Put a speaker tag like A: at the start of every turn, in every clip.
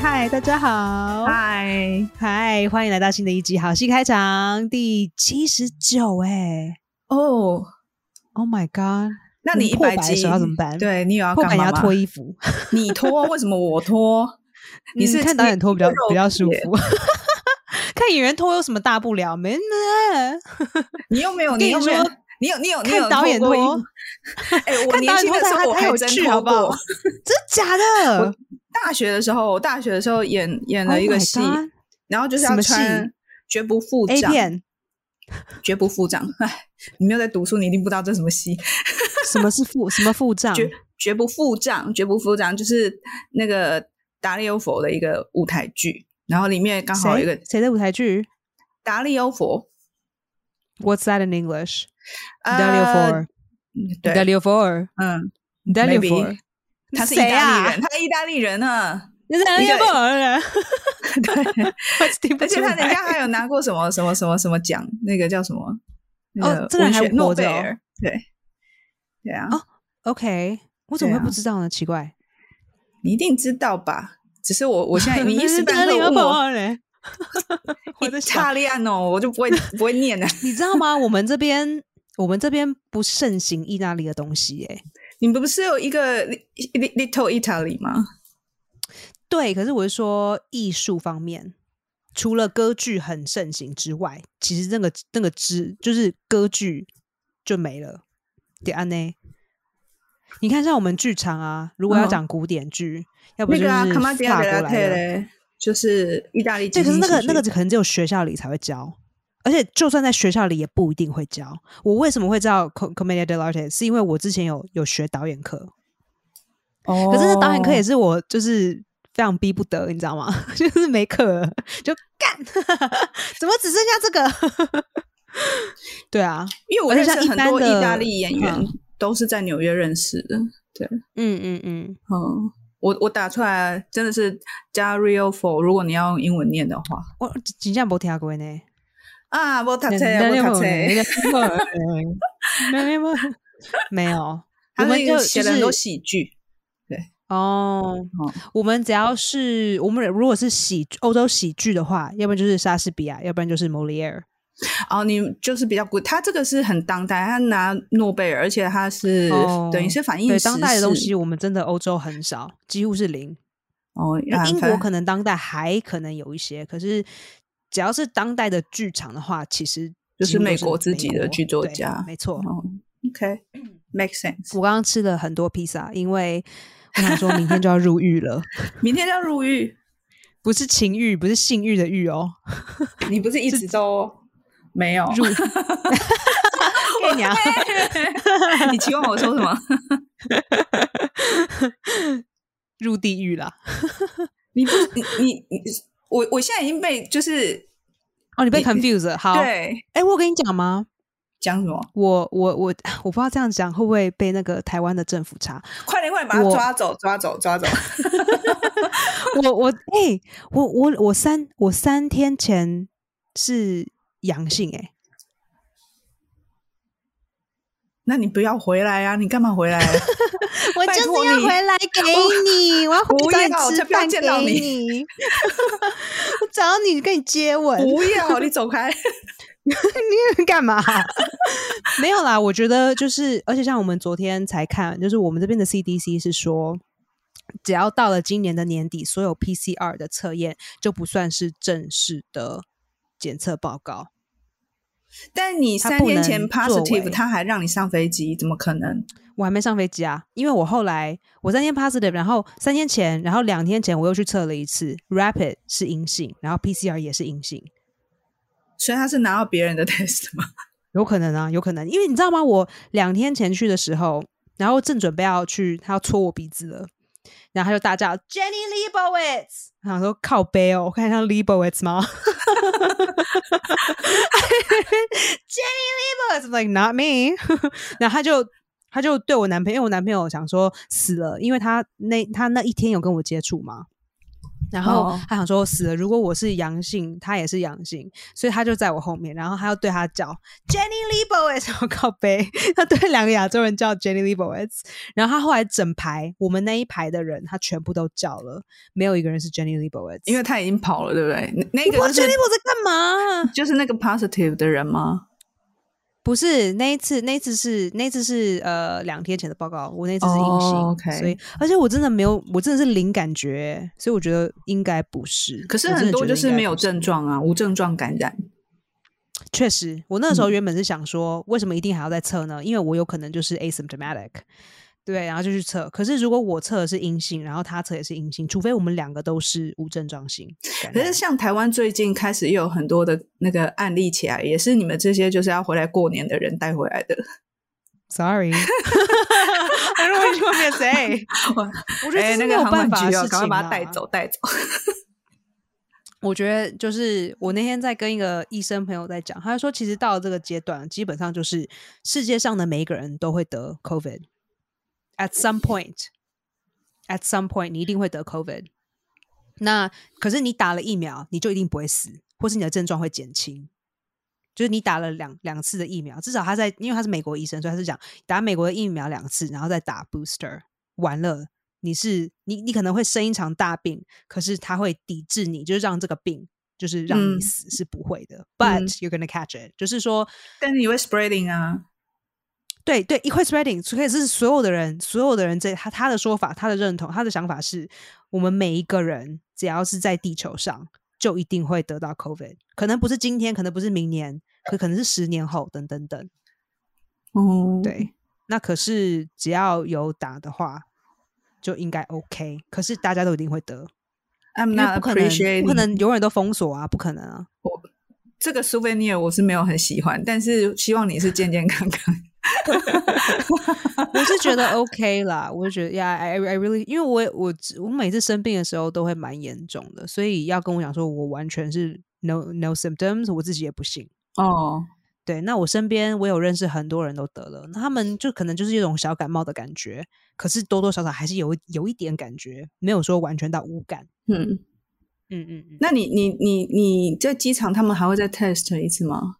A: 嗨，大家好，
B: 嗨，
A: 嗨，欢迎来到新的一集好戏开场第七十九，哎
B: 哦，
A: ，Oh my God！
B: 那你一
A: 破
B: 百
A: 百的
B: 集
A: 时候要怎么办
B: 对你有要
A: 后
B: 干
A: 面
B: 嘛
A: 要
B: 吗
A: 脱 衣服，
B: 你脱，为什么我脱？ 你
A: 嗯
B: 是
A: 看导演脱比较
B: 肌肉
A: 比较舒
B: 姐
A: 服， 看演员脱有什么大不了？没呢，
B: 你又没有，
A: 跟你
B: 你又没有
A: 说，
B: 你有你有你
A: 看
B: 有
A: 导演
B: 脱过衣
A: 脱
B: 服，哎，我
A: 看
B: 年
A: 导演
B: 轻
A: 脱
B: 的时
A: 才
B: 候我
A: 才
B: 还
A: 有
B: 真
A: 趣，
B: 脱
A: 好不好
B: 过。？
A: 真假的？
B: 大学的时候，我大学的时候演演
A: Oh
B: 了一个
A: my
B: 戏，
A: God
B: 然后就是
A: 什
B: 要
A: 么戏
B: 穿绝不付
A: A
B: 账，
A: 片
B: 绝不付账。哎， 你没有在读书，你一定不知道这什么戏。
A: 什么是 付什么付账？
B: 绝绝不付账，绝不付账就是那个达利欧佛的一个舞台剧，然后里面刚好有一个
A: 谁谁的舞台剧
B: 达利欧佛，
A: ？What's that in English?
B: 呃
A: Dario Four,
B: 嗯对，
A: Dario Four,
B: 嗯，
A: Dario
B: maybe
A: Four。
B: 他是意
A: 谁
B: 大利
A: 啊
B: 人，？他是意大利人啊 呢，
A: 那是
B: 一个
A: Dario Four
B: 对，
A: 我听不
B: 而且
A: 出
B: 他人
A: 来。
B: 家还有拿过什么什么什么什么奖，那个叫什么？那
A: 哦
B: 个
A: 这个人
B: 文
A: 还
B: 学
A: 活
B: 诺
A: 着
B: 贝
A: 哦
B: 尔，对，对啊，
A: 哦 OK，我怎么
B: 对
A: 会
B: 啊
A: 不知道呢？奇怪，
B: 你一定知道吧？只是我我现在 你一时半刻
A: 德里
B: 问
A: 和保
B: 我
A: 安 嘞，我在
B: 意
A: 想
B: 大利哦，我就不会不会念了。
A: 你知道吗？我们这边我们这边不盛行意大利的东西耶、
B: 你们不是有一个 li- li- Little Italy 吗？
A: 对，可是我是说艺术方面，除了歌剧很盛行之外，其实那个那个之就是歌剧就没了。对安呢？你看，像我们剧场啊，如果要
B: 嗯
A: 讲古典剧，要不
B: 那
A: 就是
B: 个啊
A: 法
B: 卡
A: 国
B: 马迪亚
A: 来
B: 德拉特
A: 的，
B: 嘞，就是意大利
A: 对，
B: 即
A: 可是
B: 兴
A: 那个
B: 戏剧
A: 那个可能只有学校里才会教，而且就算在学校里也不一定会教。我为什么会知道 com commedia dell'arte？是因为我之前有有学导演课，
B: 哦
A: 可是那导演课也是我就是非常逼不得，你知道吗？ 就是没课了就干， 怎么只剩下这个？ 对啊，
B: 因为我
A: 而且
B: 认识
A: 像一
B: 很
A: 般
B: 多
A: 的
B: 意大利演员都是在纽约认识的。
A: 嗯嗯嗯，
B: 嗯，我我打出来真的是 Dario Fo，如果你要用英文念的话
A: 我真正没听过呢。
B: 啊，我塔
A: 那
B: 车，
A: 那
B: 我
A: 那
B: 塔
A: 会
B: 车，
A: 那会那会 没有，我
B: 他
A: 们
B: 们
A: 就
B: 写
A: 就
B: 了很多
A: 是
B: 喜剧。
A: 哦
B: 哦，
A: 我们只要是我们如果是喜欧洲喜剧的话，要不然就是莎士比亚，要不然就是莫里尔。
B: 哦，你就是比较古，他这个是很当代，他拿诺贝尔，而且他是、
A: 哦
B: 等于是反映
A: 对
B: 时
A: 当代的东
B: 事
A: 西，我们真的欧洲很少，几乎是零。
B: 哦，啊
A: 哎英
B: 反
A: 国可能当代还可能有一些，可是只要是当代的剧场的话，其实
B: 就
A: 几
B: 是
A: 乎都
B: 美国自己的
A: 美国
B: 剧作
A: 对
B: 家
A: 没错。
B: 哦，OK，make、sense。
A: 我刚刚吃了很多披萨，因为我想说明天就要入狱了，
B: 明天就要入狱，
A: 不是情欲，不是性欲的欲 哦，
B: 你不是一直都没有？
A: 入干 娘。
B: 你期望我说什么？
A: 入地狱啦！
B: 你不，你你你，我我现在已经被就是
A: 哦，你被
B: 你
A: confused 了。好，哎、
B: 对
A: 我跟你讲吗？
B: 讲什么？
A: 我我我我不知道这样讲会不会被那个台湾的政府查。
B: 快点快点把他
A: 我
B: 抓走，抓走，抓走！
A: 我我哎、我我我三我三天前是阳性哎、
B: 那你不要回来啊！你干嘛回来？
A: 我
B: 拜
A: 就是
B: 托
A: 要
B: 你
A: 回来给你，我要回
B: 不
A: 去
B: 要
A: 找你
B: 我
A: 吃
B: 才不要
A: 饭给
B: 见到你
A: 你，我找你跟你接吻，
B: 不要，你走 开！
A: 干嘛？没有啦，我觉得就是，而且像我们昨天才看，就是我们这边的 CDC 是说，只要到了今年的年底，所有 PCR 的测验就不算是正式的检测报告。
B: 但你
A: 他
B: 三
A: 不
B: 天
A: 能
B: 前
A: 作为
B: positive，他还让你上飞机，怎么可能？
A: 我还没上飞机啊，因为我后来我三天 positive，然后三天前，然后两天前我又去测了一次，rapid 是阴性，然后 PCR 也是阴性。
B: 所以他是拿到别人的 test 吗？
A: 有可能啊，有可能，因为你知道吗？我两天前去的时候，然后正准备要去，他要戳我鼻子了，然后他就大叫 “Jenny Leibowitz”，然后说靠背哦，我看像 Leibowitz 吗？Jenny Leibowitz like not me，然 后他就他就对我男朋友，因为我男朋友想说死了，因为他那他那一天有跟我接触嘛，然后
B: 哦
A: 他想说死了，如果我是阳性，他也是阳性，所以他就在我后面，然后他要对他叫 Jenny Leibowitz，我靠背，他对两个亚洲人叫 Jenny Leibowitz，然后他后来整排我们那一排的人，他全部都叫了，没有一个人是 Jenny Leibowitz，
B: 因为他已经跑了，对不对？那
A: 你
B: 那
A: 不知道
B: 个就
A: Jenny
B: 是
A: Leibowitz 在干嘛？
B: 就是那个 positive 的人吗？
A: 不是那一次，那一次是那一次是呃两天前的报告，我那次是阴性、
B: 哦，OK
A: 所以而且我真的没有，我真的是零感觉，所以我觉得应该不是。
B: 可是
A: 我真的
B: 很多
A: 觉得
B: 就
A: 应
B: 是
A: 该
B: 没有
A: 不是
B: 症状啊，无症状感染。
A: 确实，我那个时
B: 嗯
A: 候原本是想说，为什么一定还要再测呢？因为我有可能就是 asymptomatic，对，然后就去测。可是如果我测的是阴性，然后他测也是阴性，除非我们两个都是无症状性感
B: 可
A: 染。
B: 是像台湾最近开始又有很多的那个案例起来，也是你们这些就是要回来过年的人带回来的。
A: sorry，还是我去外面 谁？哎我觉得
B: 哎
A: 这是
B: 那
A: 没
B: 个
A: 有
B: 航
A: 办
B: 管
A: 法的
B: 局
A: 事
B: 要
A: 情、
B: 赶快把它带走，。带走。
A: 我觉得就是我那天在跟一个医生朋友在讲，他就说其实到了这个阶段，基本上就是世界上的每一个人都会得 COVID。at some point at some point 你一定会得 COVID。那可是你打了疫苗，你就一定不会死，或是你的症状会减轻。就是你打了两两次的疫苗，至少他在，因为他是美国医生，所以他是讲打美国的疫苗两次，然后再打 booster。完了，你是你你可能会生一场大病，可是它会抵制你，就是让这个病就是让你
B: 嗯
A: 死、是不会的。But、
B: 嗯
A: you're gonna catch it，就是说
B: 但是你会 spreading 啊，
A: 对对，一块 spreading，所以这是所有的人，所有的人这他他的说法，他的认同，他的想法是，我们每一个人只要是在地球上，就一定会得到 COVID，可能不是今天，可能不是明年，可可能是十年后，等等等。
B: 哦，
A: 对，那可是只要有打的话，就应该 OK。可是大家都一定会得，
B: ，I'm
A: 因为
B: not
A: 不可能
B: appreciating，
A: 不可能永远都封锁啊，不可能啊。
B: 这个 souvenir 我是没有很喜欢，但是希望你是健健康康。
A: 我是觉得 OK 啦，我就觉得呀、yeah,，I I really，因为我也我只我每次生病的时候都会蛮严重的，所以要跟我讲说我完全是 no no symptoms，我自己也不信。
B: 哦，
A: 对，那我身边我有认识很多人都得了，那他们就可能就是一种小感冒的感觉，可是多多少少还是有有一点感觉，没有说完全到无感。
B: 嗯，
A: 嗯嗯嗯。
B: 那你你你你在机场，他们还会再 test 一次吗？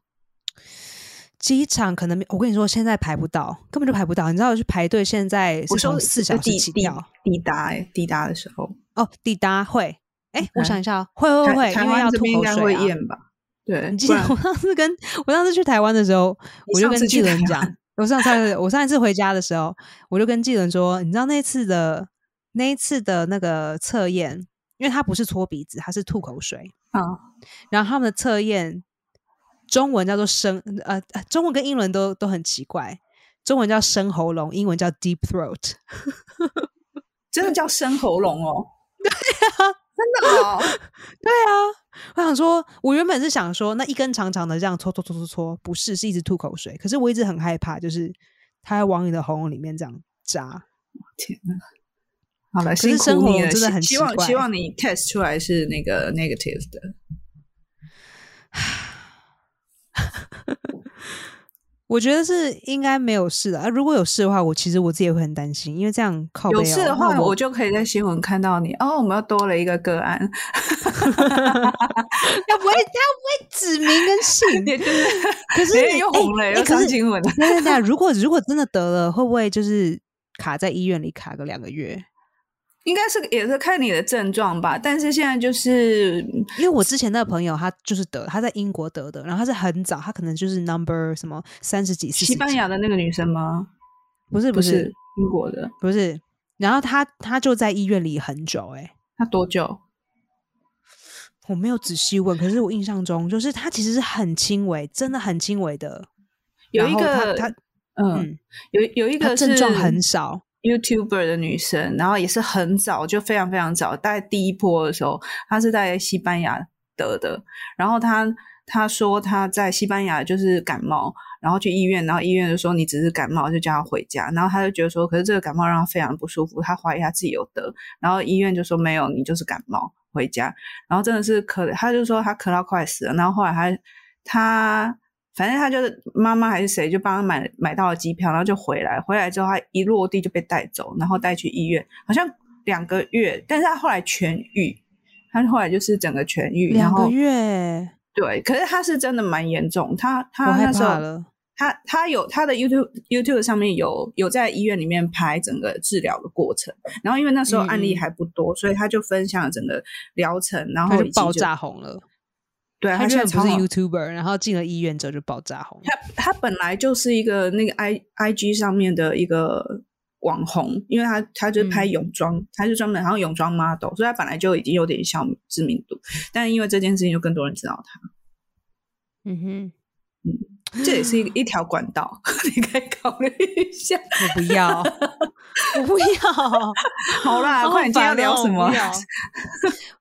A: 机场可能没我跟你说，现在排不到，根本就排不到。你知道去排队，现在是
B: 我说呃
A: 从四小时
B: 抵
A: 起
B: 抵
A: 跳
B: 抵达欸抵达的时候，
A: 哦。抵达会，哎，我
B: 台
A: 想一下哦，会会
B: 台
A: 会，
B: 台
A: 因为
B: 湾
A: 要
B: 这
A: 吐
B: 边应
A: 口
B: 该会
A: 水啊。
B: 验吧？对，
A: 你记
B: 不
A: 得
B: 然
A: 我上次跟我上次去台湾的时候，
B: 你
A: 我就
B: 上
A: 跟
B: 次
A: 纪
B: 去台
A: 伦
B: 湾
A: 讲，我上次我上一次回家的时候，我就跟纪伦说，你知道那一次的那一次的那个测验，因为他不是搓鼻子，他是吐口水，
B: 啊，
A: 然后他们的测验中文叫做生呃，呃中文跟英文都都很奇怪，中文叫生喉咙，英文叫 deep throat。
B: 真的叫生喉咙哦，
A: 啊
B: 真的哦，
A: 对啊，我想说，我原本是想说那一根长长的这样搓搓搓搓搓，不是，是一直吐口水。可是我一直很害怕，就是它要往你的喉咙里面这样扎。
B: 天哪！好了，
A: 是
B: 辛
A: 生
B: 苦
A: 活
B: 你了，
A: 真的
B: 希
A: 很
B: 希
A: 奇
B: 望
A: 怪
B: 希望你 test 出来是那个 negative 的。
A: 我觉得是应该没有事的啊。如果有事的话，我其实我自己也会很担心，因为这样靠背、哦、
B: 有事的
A: 那
B: 话，
A: 我
B: 我就可以在新闻看到你哦，我们又多了一个 个案，
A: 要不会要不会指名跟 姓，
B: 也就是
A: 可是
B: 哎
A: 你
B: 又
A: 哎
B: 红了，
A: 哎
B: 又
A: 可
B: 上
A: 是
B: 新闻了。
A: 对对对，如果如果真的得了，会不会就是卡在医院里卡个两个月？
B: 应该是也是看你的症状吧，但是现在就是
A: 因为我之前那个朋友，他就是得，他在英国得的，然后他是很早，他可能就是 number 什么三十几、四十
B: 西
A: 几，
B: 班牙的那个女生吗？
A: 不是
B: 不
A: 不
B: 是
A: 是
B: 英国的，
A: 不是，然后他他就在医院里很久、欸，
B: 她多久？
A: 我没有仔细问，可是我印象中就是他其实是很轻微，真的很轻微的，
B: 有
A: 然
B: 一
A: 后
B: 个
A: 他他
B: 嗯
A: 嗯，
B: 有有一
A: 他
B: 个
A: 症状
B: 是
A: 很少，
B: YouTuber 的女生，然后也是很早，就非常非常早，大概第一波的时候，她是在西班牙得的。然后她她说她在西班牙就是感冒，然后去医院，然后医院就说你只是感冒，就叫她回家。然后她就觉得说，可是这个感冒让她非常不舒服，她怀疑她自己有得。然后医院就说没有，你就是感冒，回家。然后真的是咳，她就说她咳到快死了。然后后来她她反正他就是妈妈还是谁就帮他买买到了机票，然后就回来。回来之后，他一落地就被带走，然后带去医院，好像两个月，但是他后来痊愈。她后来就是整个痊愈，然
A: 两
B: 后
A: 个月，
B: 对，可是她是真的蛮严重，她
A: 我
B: 她
A: 害
B: 那时
A: 怕
B: 候
A: 了。
B: 她她有她的 YouTube YouTube 上面有有在医院里面拍整个治疗的过程，然后因为那时候案例
A: 嗯嗯
B: 还不多，所以她就分享了整个疗程，然
A: 他
B: 后
A: 就
B: 以及
A: 爆
B: 就
A: 炸红了，
B: 对，
A: 他
B: 她
A: 原
B: 现在
A: 本不
B: 超
A: 是
B: 好
A: YouTuber，然后进了医院之后就爆炸红。
B: 他他本来就是一个那个 i i g 上面的一个网红，因为他他就是拍
A: 嗯
B: 泳装，他就专门然后泳装 model，所以他本来就已经有点小知名度，但因为这件事情就更多人知道他，
A: 嗯
B: 这 也是一一条管道， 你可以考虑一下。
A: 哼，我不要， 我不要。
B: 好啦，
A: 好
B: 啊快点，今天
A: 烦
B: 要
A: 哦
B: 聊什么
A: 我不？ 要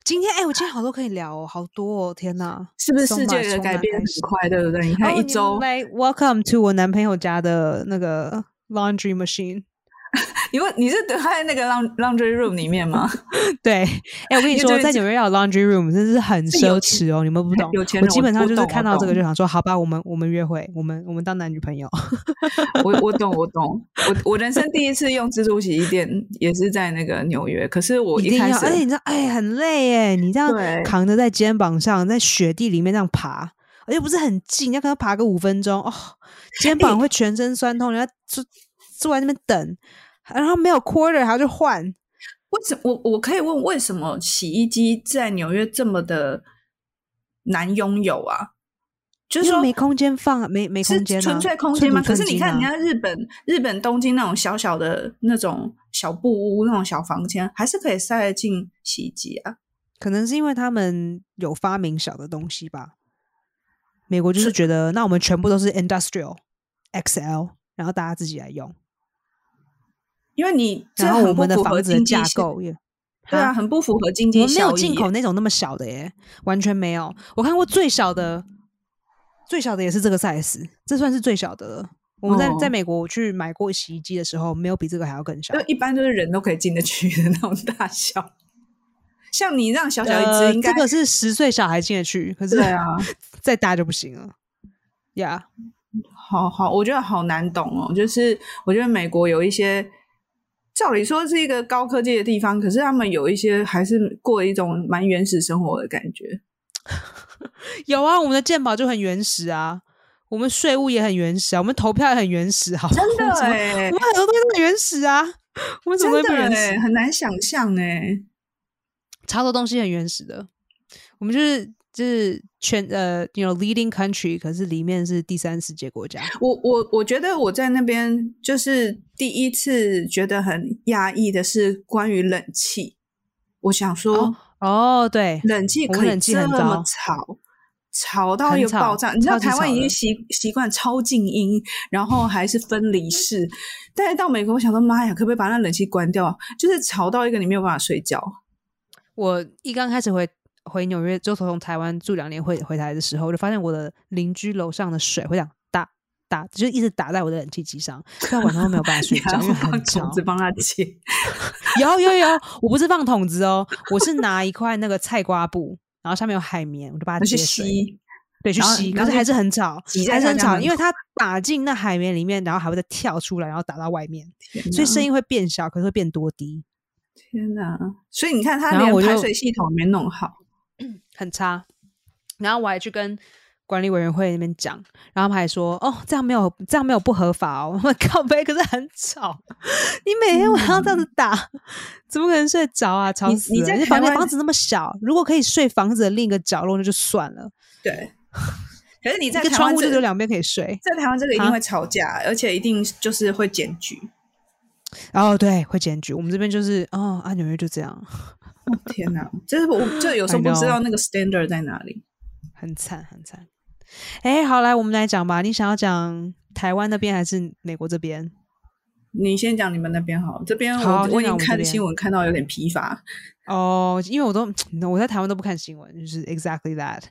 A: 今天哎、我今天好多可以聊哦，好多哦，天哪！
B: 是不是
A: 从
B: 世界
A: 马
B: 的
A: 从
B: 改
A: 马
B: 变
A: 开
B: 很
A: 始
B: 快，对不对？你
A: 哦
B: 看一
A: 你们
B: 周，
A: 来，Welcome to 我男朋友家的那个 laundry machine。
B: 因为你是躲在那个 laun- laundry room 里面吗？
A: 对，哎、我跟你
B: 因为
A: 说，
B: 这
A: 在
B: 一次
A: 纽约要有 laundry room 真是很
B: 是
A: 奢
B: 有
A: 侈哦，你们不懂。
B: 有钱
A: 我
B: 人
A: 基
B: 我
A: 本上
B: 我
A: 就是
B: 懂
A: 看
B: 我
A: 到这个
B: 懂
A: 就想说，好吧，我们我们约会，我们我们当男女朋友。
B: 我我懂，我懂。我我人生第一次用自助洗衣店也是在那个纽约，可是我
A: 一定
B: 开
A: 要，
B: 始
A: 而且你知道，哎，很累耶，你这样
B: 对
A: 扛着在肩膀上，在雪地里面这样爬，而且不是很近，要可能爬个五分钟哦，肩膀会全身酸痛，人家坐坐在那边等，然后没有 quarter 还要去换，
B: 为什我我可以问为什么洗衣机在纽约这么的难拥有啊？就是
A: 因为
B: 说
A: 没空间放啊，没没
B: 是
A: 空间、啊，
B: 纯粹空间吗？
A: 寸
B: 可
A: 土
B: 是
A: 寸
B: 你
A: 金
B: 看人
A: 啊
B: 家日本日本东京那种小小的那种小布屋那种小房间，还是可以塞得进洗衣机啊。
A: 可能是因为他们有发明小的东西吧。美国就是
B: 是
A: 觉得，那我们全部都是 industrial XL，然后大家自己来用，
B: 因为你这
A: 然后
B: 很
A: 我
B: 不
A: 们的
B: 符合
A: 房子的
B: 经济
A: 架
B: 效，
A: 构也。
B: 对
A: 哈
B: 啊，很不符合经
A: 我
B: 济
A: 们没有
B: 效益
A: 进
B: 耶
A: 口那种那么小的耶，完全没有。我看过最小的，最小的也是这个 size，这算是最小的了。我们在、在
B: 哦
A: 美国我去买过洗衣机的时候，没有比这个还要更小
B: 就。一般就是人都可以进得去的那种大小。像你这样小小一只，
A: 呃，
B: 应该、
A: 这个是十岁小孩进得去，可是
B: 对啊，
A: 再大就不行了。呀、
B: 好好，我觉得好难懂哦。就是我觉得美国有一些，照理说是一个高科技的地方，可是他们有一些还是过一种蛮原始生活的感觉。
A: 有啊，我们的健保就很原始啊，我们税务也很原始啊，我们投票也很原始，好不好，
B: 真 的
A: 我们怎么
B: 哎、
A: 我们很多东西都很原始啊，我们什么
B: 真
A: 都不
B: 的
A: 原
B: 哎、
A: 始。
B: 很难想象哎、
A: 超多东西很原始的。我们就是就是全呃，you know leading country，可是里面是第三世界国家。
B: 我我我觉得我在那边就是第一次觉得很压抑的是关于冷气，我想说。
A: 哦，对，
B: 冷气
A: 我们
B: 可以
A: 冷气
B: 这
A: 很
B: 么
A: 糟
B: 吵，吵到
A: 很
B: 一个
A: 吵
B: 爆炸。你知道
A: 超级
B: 台湾
A: 吵
B: 已
A: 的
B: 经习习惯超静音，然后还是分离式，但是到美国，我想说妈呀，可不可以把那冷气关掉？就是吵到一个你没有办法睡觉。
A: 我一刚开始回回纽约，就从台湾住两年回回来的时候，我就发现我的邻居楼上的水会这样打打，就一直打在我的冷气机上，所以我晚上都没有办法睡
B: 你还
A: 觉，因为
B: 要帮
A: 很吵
B: 虫。子帮他接，
A: 有有有，我不是放筒子哦，我是拿一块那个菜瓜布，然后上面有海绵，我就 把它
B: 要去
A: 接水。
B: 吸。
A: 对，去
B: 然后
A: 吸，可
B: 然后
A: 是
B: 就
A: 还是很吵，
B: 挤在
A: 还是
B: 它
A: 很
B: 这样
A: 吵，
B: 很
A: 因为它打进那海绵里面，然后还会再跳出来，然后打到外面，
B: 天
A: 所以
B: 哪
A: 声音会变小，可是会变多低，
B: 天哪！所以你看，他
A: 然后我
B: 连排
A: 就
B: 水系统没弄好。
A: 很差。然后我还去跟管理委员会那边讲，然后他们还说：“哦，这样没有，这样没有不合法哦。”我 们靠背可是很吵，你每天晚上这样子打，怎么可能睡得着啊？吵
B: 你
A: 死
B: 你
A: 了！
B: 在
A: 嗯你
B: 台
A: 房间
B: 湾
A: 房子那么小，如果可以睡房子的另一个角落，那就算了，
B: 对，可是你
A: 一
B: 在
A: 个
B: 台
A: 窗
B: 湾
A: 户就
B: 这
A: 只有两边可以睡。
B: 在台湾这个一
A: 啊
B: 定会吵架，而且一定就是会检举。
A: 哦，对，会检举。我们这边就是哦，啊，纽约就这样。
B: 哦天哪，就是我就有 时
A: I
B: 候不知
A: know
B: 道那个 standard 在哪里。
A: 很惨，很惨。哎，好，来，我们来讲吧。你想要讲台湾那边还是美国这边？
B: 你先讲你们那边好了，这边我
A: 好先
B: 我已
A: 讲我们
B: 经
A: 这
B: 看
A: 边
B: 新闻看到有点疲 乏。
A: 哦、因为我都我在台湾都不看新闻，就是 exactly that。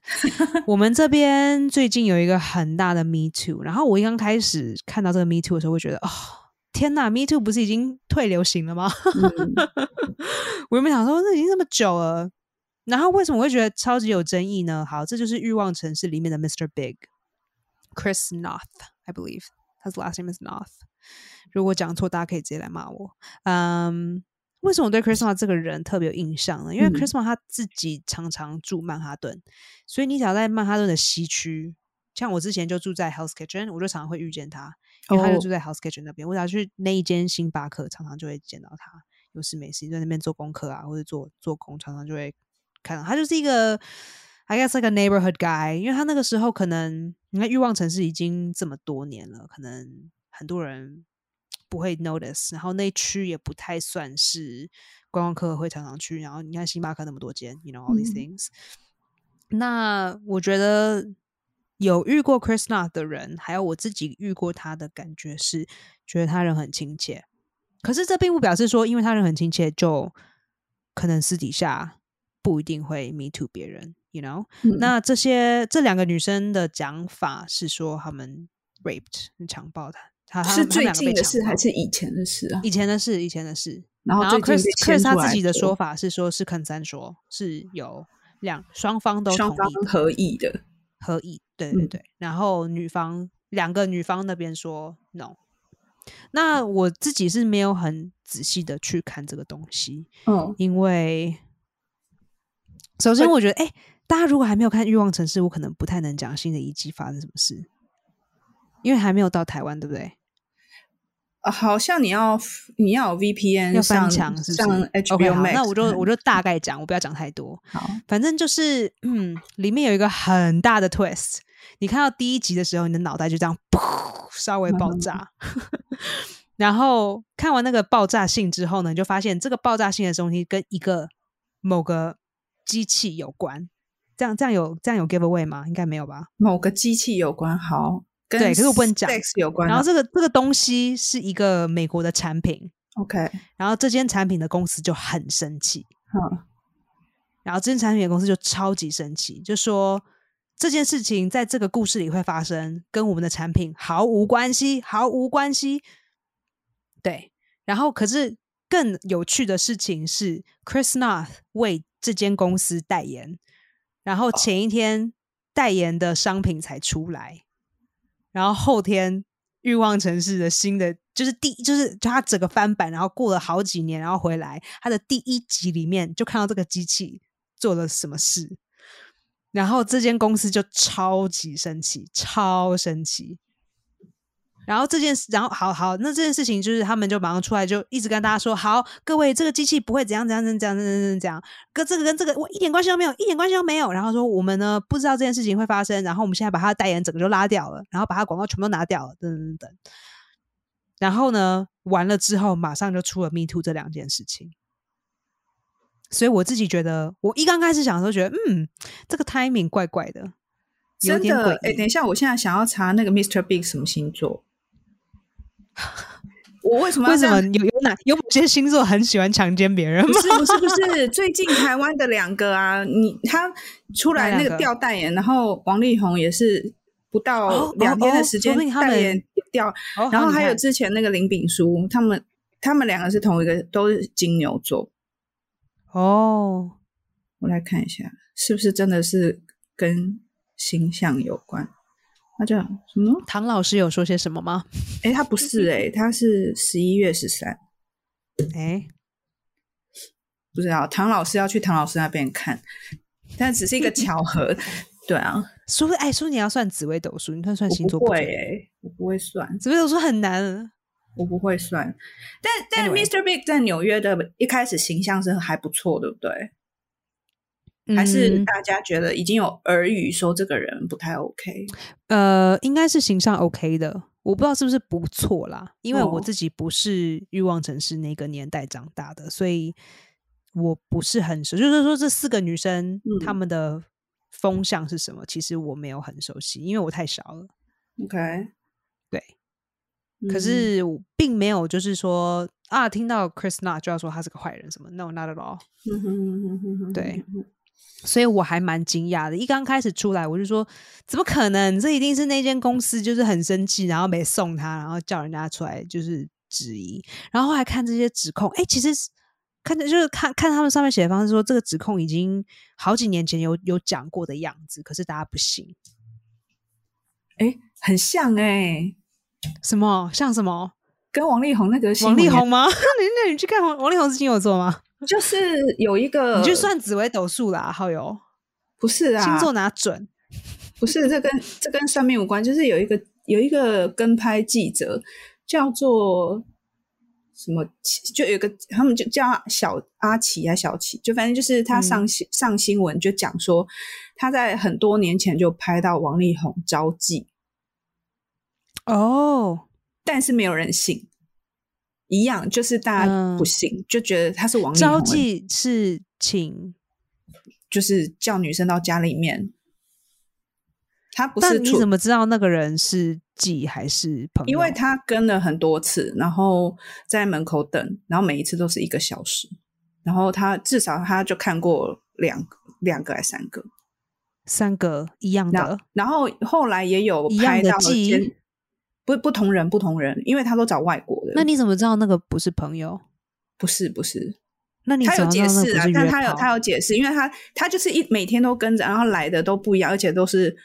A: 我们这边最近有一个很大的 Me Too，然后我一刚开始看到这个 Me Too 的时候，会觉得哦，天呐 m e Too 不是已经退流行了吗？
B: 嗯，
A: 我原本想说，这已经这么久了，然后为什么我会觉得超级有争议呢？好，这就是《欲望城市》里面的 Mr. Big Chris Noth，I believe，他的 last name is Noth。如果讲错，大家可以直接来骂我。嗯、为什么我对 Chris m a 这个人特别有印象呢？因为
B: 嗯
A: Chris m a 他自己常常住曼哈顿，所以你只要在曼哈顿的西区，像我之前就住在 House Kitchen，我就常常会遇见他， 因为他就
B: 哦
A: 住在 House Kitchen 那边。我只要去那一间星巴克，常常就会见到他，有事没事就在那边做功课啊，或者做做工，常常就会看啊到他就是一个。I guess like a neighborhood guy，因为他那个时候可能，你看《欲望城市》已经这么多年了，可能很多人不会 notice，然后那区也不太算是观光客会常常去，然后你看星巴克那么多间，you know all these
B: 嗯
A: things、那我觉得有遇过 Chris n a 的人，还有我自己遇过他的感觉是，觉得他人很亲切。可是这并不表示说，因为他人很亲切，就可能私底下不一定会 me too 别人，you know？
B: 嗯
A: 那这些这两个女生的讲法是说他们 raped 强暴她，她她
B: 是
A: 们她们
B: 最
A: 两个
B: 近
A: 被
B: 的
A: 强
B: 事还
A: 暴
B: 是以前的事啊？
A: 以前的事？以前的事。
B: 然后
A: 然后
B: 最
A: Chris
B: 近
A: Chris 他自己的说
B: 说
A: 法是说，是 consent 说是有两双方都
B: 双
A: 同
B: 方
A: 意的
B: 合意的，
A: 合意，对对
B: 嗯
A: 对。然后女方两个女方那边说 no。那我自己是没有很仔细的去看这个东西，
B: 嗯，
A: 因为首先我觉得，哎、大家如果还没有看《欲望城市》，我可能不太能讲新的一季发生什么事，因为还没有到台湾，对不对？
B: 呃好像你要你要有 VPN
A: 要
B: 上
A: 翻墙是不是
B: 上
A: OK，
B: HBO
A: 好
B: Max，嗯
A: 那我就我
B: 就
A: 就大概讲，我不要讲太多。
B: 好，
A: 反正就是，嗯，里面有一个很大的 twist。你看到第一集的时候，你的脑袋就这样噗，稍微爆炸。然后看完那个爆炸性之后呢，你就发现这个爆炸性的东西跟一个某个机器有关。这样这样有这样有 giveaway 吗？应该没有吧。
B: 某个机器有关，好，跟
A: 对可是我不能讲
B: sex 有关啊，
A: 然后这个这个东西是一个美国的产品，
B: OK，
A: 然后这间产品的公司就很生气，
B: 好，
A: 然后这间产品的公司就超级生气，就说这件事情在这个故事里会发生，跟我们的产品毫无关系，毫无关系。对，然后可是更有趣的事情是，Chris North 为这间公司代言，然后前一天代言的商品才出来，然后后天欲望城市的新的就是第就是就它整个翻版，然后过了好几年，然后回来它的第一集里面就看到这个机器做了什么事，然后这间公司就超级生气，超生气。然后这件事，然后好好，那这件事情就是他们就马上出来，就一直跟大家说：好，各位，这个机器不会怎样怎样怎样怎样怎样怎样怎样，跟这个跟这个我一点关系都没有，一点关系都没有。然后说我们呢不知道这件事情会发生，然后我们现在把他的代言整个就拉掉了，然后把他广告全部都拿掉了，等等等等。然后呢，完了之后马上就出了 Me Too 这两件事情。所以我自己觉得，我一刚开始想的时候觉得，嗯，这个 timing 怪怪的，有
B: 真
A: 点
B: 的
A: 诡，
B: 哎，
A: 异。
B: 等一下，我现在想要查那个 Mr. Big 什么星 座。我为什么要
A: 为
B: 这
A: 什
B: 样
A: 么 有有哪有某些星座很喜欢强奸别人
B: 不
A: 吗？
B: 是不是不是，最近台湾的两个啊，你他出来
A: 哪
B: 那
A: 两
B: 个
A: 个
B: 掉代言，然后王力宏也是不到
A: 哦
B: 两天
A: 哦
B: 的
A: 哦
B: 时
A: 说
B: 间
A: 不定他
B: 代
A: 们
B: 言也掉，
A: 哦
B: 然后
A: 你
B: 还有
A: 看
B: 之前那个林炳书，他们他们两个是同一个，都是金牛座。
A: 哦，
B: 我来看一下，是不是真的是跟星象有关？那就什么？
A: 唐老师有说些什么吗？
B: 哎，他不是哎、他是十一月十三，
A: 哎，
B: 不知道唐老师要去唐老师那边看，但只是一个巧合。 对啊，
A: 说不哎，说你要算紫微斗数，你算算
B: 我
A: 星座
B: 不会
A: 准
B: 欸我不会算，
A: 紫微斗数很难。
B: 我不会算。但但
A: Anyway
B: Mr. Big 在纽约的一开始形象是还不错，对不对？还是
A: 嗯
B: 大家觉得已经有耳语说这个人不太 OK？
A: 呃，应该是形象 OK 的，我不知道是不是不错啦，因为我
B: 哦
A: 自己不是欲望城市那个年代长大的，所以我不是很熟。就是说，这四个女生、
B: 嗯
A: 她们的风向是什么，其实我没有很熟悉，因为我太少了。
B: OK，
A: 对，
B: 嗯
A: 可是我并没有就是说啊，听到 Chris n a 就要说他是个坏人什么，No not at all。
B: 嗯哼哼哼哼
A: 对，所以我还蛮惊讶的。一刚开始出来，我就说怎么可能？这一定是那间公司就是很生气，然后没送他，然后叫人家出来就是质疑，然后后来看这些指控，哎，其实是看着就是看看他们上面写的方式说，这个指控已经好几年前有有讲过的样子，可是大家不信。
B: 哎，诶很像哎、
A: 什么像什么？
B: 跟王力宏那个新
A: 王
B: 闻
A: 力
B: 也
A: 宏 吗？那你那你去看王王力宏是金牛座吗？
B: 就是有一个，
A: 你就算紫微斗数啦，好友
B: 不是啊，
A: 星座哪准？
B: 不是这跟这跟算命无关，就是有一个有一个跟拍记者叫做什么奇，就有一个他们就叫他小阿奇还小奇，就反正就是他上新、上新闻就讲说他在很多年前就拍到王力宏招妓，
A: 哦，
B: 但是没有人信，一样就是大家
A: 嗯
B: 不信，就觉得他是王力
A: 招
B: 宏的，
A: 妓是请，
B: 就是叫女生到家里面。他不是
A: 但你
B: 处
A: 怎么知道那个人是妓还是朋友？
B: 因为他跟了很多次，然后在门口等，然后每一次都是一个小时，然后他至少他就看过两两个还三个，
A: 三个一样
B: 然后
A: 的，
B: 然后后来也有
A: 一
B: 拍
A: 样的
B: 到
A: 记忆
B: 间不不同人不同人，因为他都找外国的，
A: 那你怎么知道那个不是朋友？
B: 不是不是，
A: 那你
B: 他有
A: 怎么知
B: 解
A: 道那
B: 释
A: 个
B: 啊
A: 不是，
B: 但
A: 约
B: 他有
A: 炮
B: 他有解释，因为他他就是一每天都跟着，然后来的都不一样，而且都是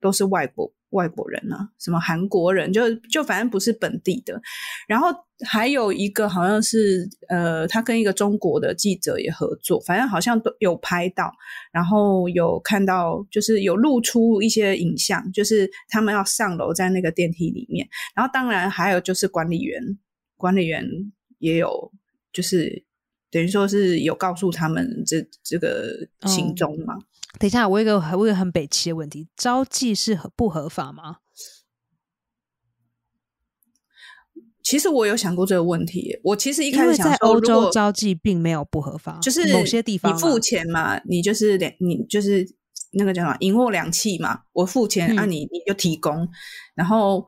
B: 都是外国外国人啊，什么韩国人，就就反正不是本地的。然后还有一个好像是呃，他跟一个中国的记者也合作，反正好像都有拍到，然后有看到就是有露出一些影像，就是他们要上楼在那个电梯里面，然后当然还有就是管理员，管理员也有就是等于说是有告诉他们这这个行
A: 哦
B: 踪嘛。
A: 等一下，我有一个我有一个很北齐的问题，招妓是合不合法吗？
B: 其实我有想过这个问题耶，我其实一
A: 因
B: 开始
A: 为
B: 想
A: 在
B: 说，
A: 欧
B: 如
A: 洲
B: 果
A: 招妓并没有不合法，
B: 就是
A: 某些地方
B: 你
A: 啊
B: 付钱嘛，你就是两你就是那个叫什么银货两讫嘛，我付钱、啊
A: 嗯
B: 你你就提供，然后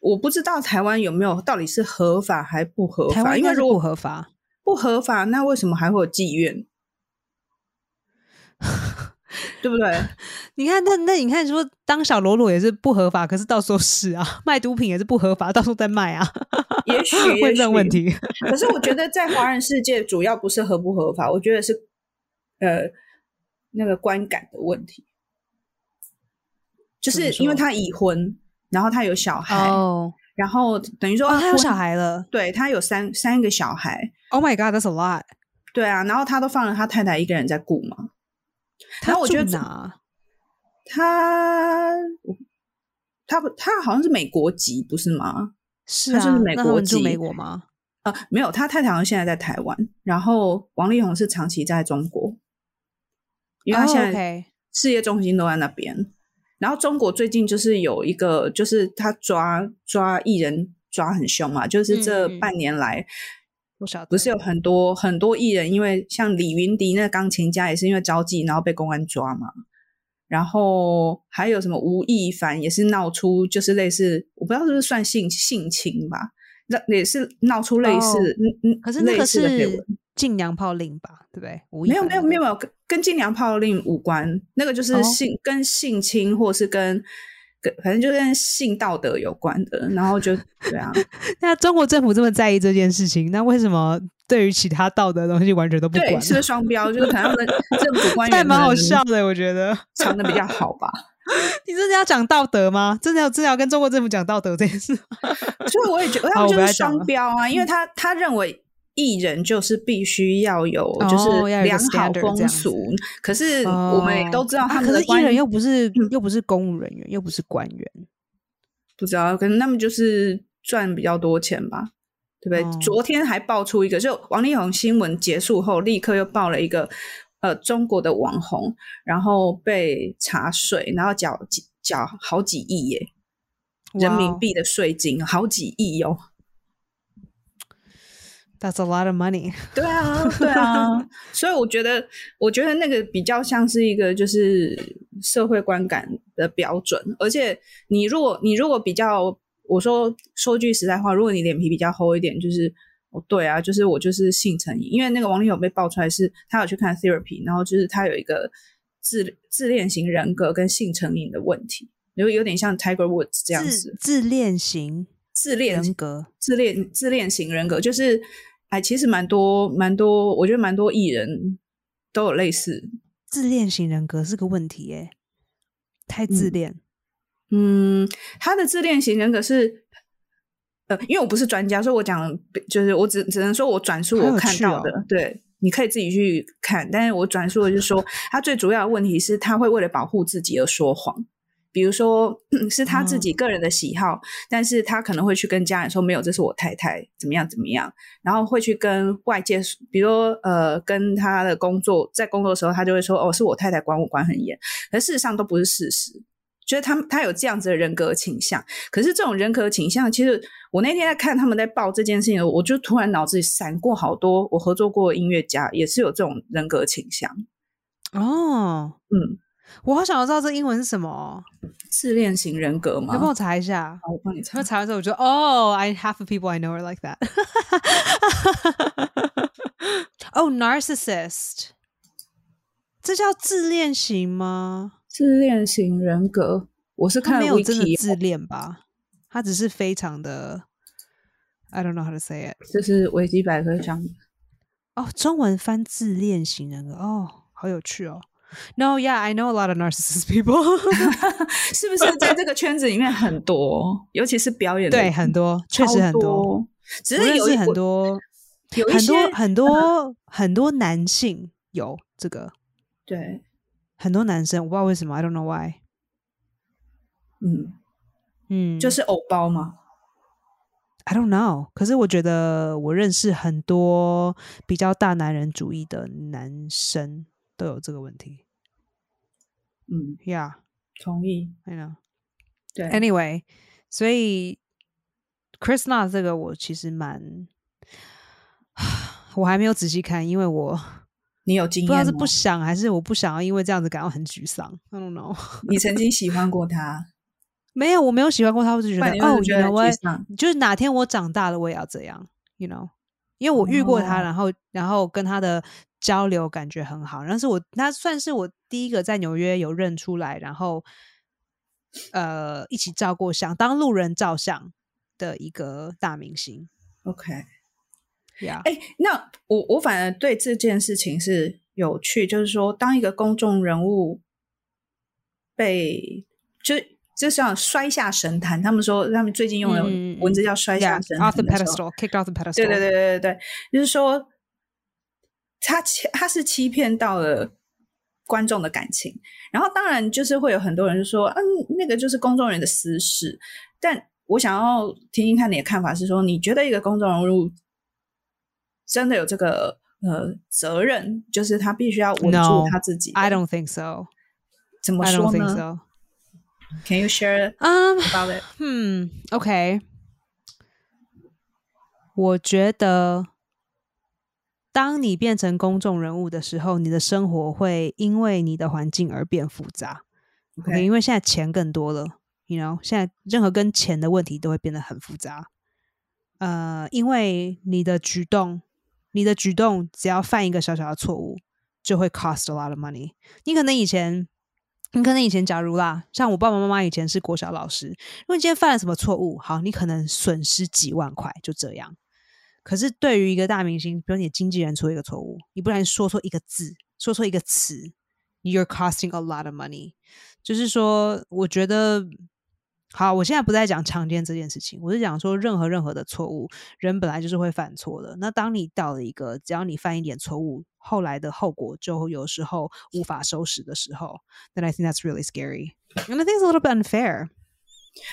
B: 我不知道台湾有没有到底是合法还不合
A: 台
B: 法，
A: 湾应
B: 因为
A: 该是
B: 如
A: 不
B: 果
A: 合法。
B: 不合法，那为什么还会有 妓院？对不对？
A: 你看，那那你看说当小喽啰也是不合法，可是到时候是啊， 卖毒品也是不合法，到时候再卖啊，
B: 也许
A: 会这种问。
B: 也许
A: 题。
B: 可是我觉得在华人世界，主要不是合不合法，我觉得是呃那个观感的问题，就
A: 怎
B: 是
A: 么说
B: 因为他已婚，然后他有小孩，
A: 哦，
B: 然后等于说、
A: 哦，他有
B: 婚
A: 小，孩了
B: 对他有三三个小孩，
A: ，Oh my God，that's a lot。
B: 对啊，然后他都放了他太太一个人在顾嘛，然
A: 他
B: 后我觉得
A: 住哪？
B: 他他不他好像是美国籍不是吗？
A: 是
B: 他
A: 啊，
B: 就是美
A: 那他
B: 国
A: 们住
B: 籍
A: 美国吗？
B: 啊，没有，他太太好像现在在台湾，然后王力宏是长期在中国，因为他
A: 哦
B: 现在
A: OK，
B: 事业重心都在那边。然后中国最近就是有一个，就是他抓抓艺人抓很凶嘛，就是这
A: 嗯嗯嗯
B: 半年来，
A: 我晓得
B: 不是有很多很多艺人，因为像李云迪那个钢琴家也是因为招妓，然后被公安抓嘛。然后还有什么吴亦凡也是闹出，就是类似我不知道是不是算性性侵吧，那也是闹出类似，
A: 哦
B: 嗯嗯，
A: 可是那
B: 类
A: 个
B: 似的绯闻
A: 是禁娘炮令吧？对不对？吴亦
B: 没
A: 凡
B: 有没有
A: 那个
B: 没有没有跟跟禁娘炮令无关，那个就是
A: 哦
B: 性、跟性侵或是跟跟反正就跟性道德有关的，然 后就对啊，
A: 那中国政府这么在意这件事情，那为什么对于其他道德的东西完全都不管
B: 对，
A: 呢？
B: 是不是双标？就是可能他们 政府官
A: 这还
B: 员
A: 蛮好笑，的，我觉得。
B: 藏的比较好吧。
A: 你真的要讲道德吗？真的要真的要跟中国政府讲道德这件事吗？
B: 所以我也觉得他
A: 好
B: 们
A: 我
B: 就
A: 不要
B: 是
A: 讲
B: 双
A: 了嗯
B: 标啊，因为他他认为艺人就是必须要有就是
A: 哦要有一个
B: 良好
A: standard 这
B: 风
A: 样子
B: 俗，可 是我们也都知道
A: 哦
B: 他
A: 啊
B: 们
A: 可
B: 的
A: 是
B: 官
A: 艺人
B: 员
A: 又不是
B: 嗯
A: 又不是公务人员，又不是官员，
B: 不知道，可能他们就是赚比较多钱吧，对不对？
A: 哦
B: 昨天还爆出一个，就王力宏新闻结束后，立刻又爆了一个，呃，中国的网红，然后被查税，然后缴几缴好几亿耶，人
A: 哦
B: 民币的税金好几亿哦。
A: Wow,，That's a lot of money。
B: 对啊，对啊，所以我觉得，我觉得那个比较像是一个就是社会观感的标准，而且你如果你如果比较，我说说句实在话，如果你脸皮比较厚一点，就是哦，对啊，就是我就是性成瘾，因为那个王力宏被爆出来是他有去看 therapy，然后就是他有一个自自恋型人格跟性成瘾的问题，有有点像 Tiger Woods 这样
A: 自
B: 子，
A: 自恋型
B: 自恋
A: 人格，
B: 自恋自恋型人格，就是哎，其实蛮多蛮多，我觉得蛮多艺人都有类似，
A: 自恋型人格是个问题耶、太自
B: 嗯
A: 恋。
B: 嗯，他的自恋型人格是呃，因为我不是专家，所以我讲就是我只只能说我转述我看到的，
A: 好有趣哦
B: 对，你可以自己去看。但是我转述的就是说，他最主要的问题是他会为了保护自己而说谎，比如说嗯是他自己个人的喜好，但是他可能会去跟家人说没有，这是我太太，怎么样怎么样，然后会去跟外界，比如说呃，跟他的工作在工作的时候，他就会说哦，是我太太管我管很严，可事实上都不是事实。就是他们他有这样子的人格倾向，可是这种人格倾向，其实我那天在看他们在报这件事情的时候，我就突然脑子里闪过好多我合作过的音乐家也是有这种人格倾向，
A: 哦，
B: 嗯，
A: 我好想要知道这英文是什么哦，
B: 自恋型人格
A: 你
B: 嘛。
A: 帮我查一下。
B: 好我帮你查
A: 他。查完之后，我就哦，I half the people I know are like that 。oh narcissist，这叫自恋型吗？
B: 自恋型人格，我是
A: 他
B: 看
A: 没有真的
B: wiki，
A: 自恋吧？他只是非常的，I don't know how to say it。
B: 这是维基百科上
A: 哦，中文翻自恋型人格，哦，好有趣哦。No, yeah, I know a lot of narcissist people 。
B: 是不是在这个圈子里面很多，尤其是表演的
A: 对，很多，确实很
B: 超
A: 多，
B: 多，只
A: 我
B: 是
A: 认
B: 有
A: 识
B: 一
A: 很多，
B: 有一
A: 很
B: 些
A: 多，很多，很多男性有这个。
B: 对，
A: 很多男生，我不知道为什么，I don't know why。
B: 嗯，
A: 嗯，
B: 就是偶包嘛，
A: I don't know。可是我觉得我认识很多比较大男人主义的男生都有这个问题。
B: 嗯，
A: Yeah,
B: 同意，
A: I know.
B: 对，
A: Anyway，所以 Chris n a 这个我其实蛮，我还没有仔细看，因为我
B: 你有经
A: 不
B: 验
A: 知道是
B: 吗
A: 不想还是我不想要因为这样子感到很沮丧。I don't know。
B: 你曾经喜欢过他，
A: 没有，我没有喜欢过他， 我只觉
B: 不
A: 得
B: 然你
A: 哦
B: 会，觉
A: 原
B: 得
A: 来
B: 很
A: 我
B: 沮丧。
A: 就是哪天我长大了，我也要这样，you know？因为我遇过他，
B: 哦
A: 然后然后跟他的交流感觉很好，但是我他算是我第一个在纽约有认出来，然后呃一起照过相，当路人照相的一个大明星
B: OK，
A: 呀。
B: 哎、那我我反而对这件事情是有趣，就是说，当一个公众人物被就就像摔下神坛，他们说他们最近用的
A: 嗯嗯嗯
B: 文字叫摔下
A: Yeah,
B: 神
A: off
B: 坛
A: the
B: 的时候
A: pedestal, kicked off the pedestal.
B: 对对对对对，就是说他欺他是欺骗到了观众的感情，然后当然就是会有很多人就说，嗯，那个就是公众人的私事。但我想要听听看你的看法是说，你觉得一个公众人物真的有这个呃责任，就是他必须要稳住
A: No，
B: 他自己的
A: I don't think so.
B: 怎么
A: I
B: 说
A: don't
B: 呢啊
A: think so.
B: c a n you share
A: Um,
B: about it？
A: Hmm. OK，我觉得，当你变成公众人物的时候，你的生活会因为你的环境而变复杂。
B: OK，,
A: OK，, 因为现在钱更多了，you know，现在任何跟钱的问题都会变得很复杂。呃，因为你的举动，你的举动只要犯一个小小的错误，就会 cost a lot of money。你可能以前，你可能以前，假如啦，像我爸爸妈妈以前是国小老师，如果你今天犯了什么错误，好，你可能损失几万块，就这样。可是对于一个大明星，比如你的经纪人出一个错误，你不然说错一个字，说错一个词，you're costing a lot of money。就是说，我觉得好，我现在不再讲强奸这件事情，我是讲说任何任何的错误，人本来就是会犯错的。那当你到了一个只要你犯一点错误，后来的后果就有时候无法收拾的时候，then I think that's really scary and I think it's a little bit unfair。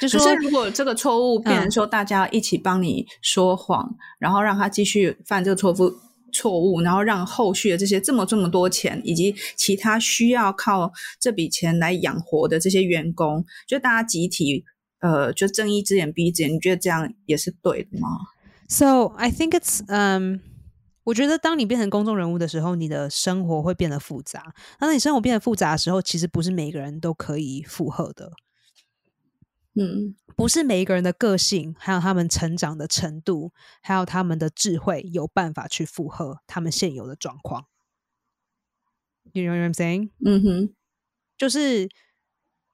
A: 就
B: 可
A: 说
B: 是如果这个错误变成
A: 嗯
B: 说大家一起帮你说谎，然后让他继续犯这个错误错误，然后让后续的这些这么这么多钱，以及其他需要靠这笔钱来养活的这些员工，就大家集体呃，就睁一只眼闭一只眼，你觉得这样也是对的吗？
A: So I think it's um，我觉得当你变成公众人物的时候，你的生活会变得复杂。那当你生活变得复杂的时候，其实不是每个人都可以负荷的，
B: 嗯，
A: 不是每一个人的个性，还有他们成长的程度，还有他们的智慧，有办法去负荷他们现有的状况。You know what I'm saying？
B: 嗯哼，
A: 就是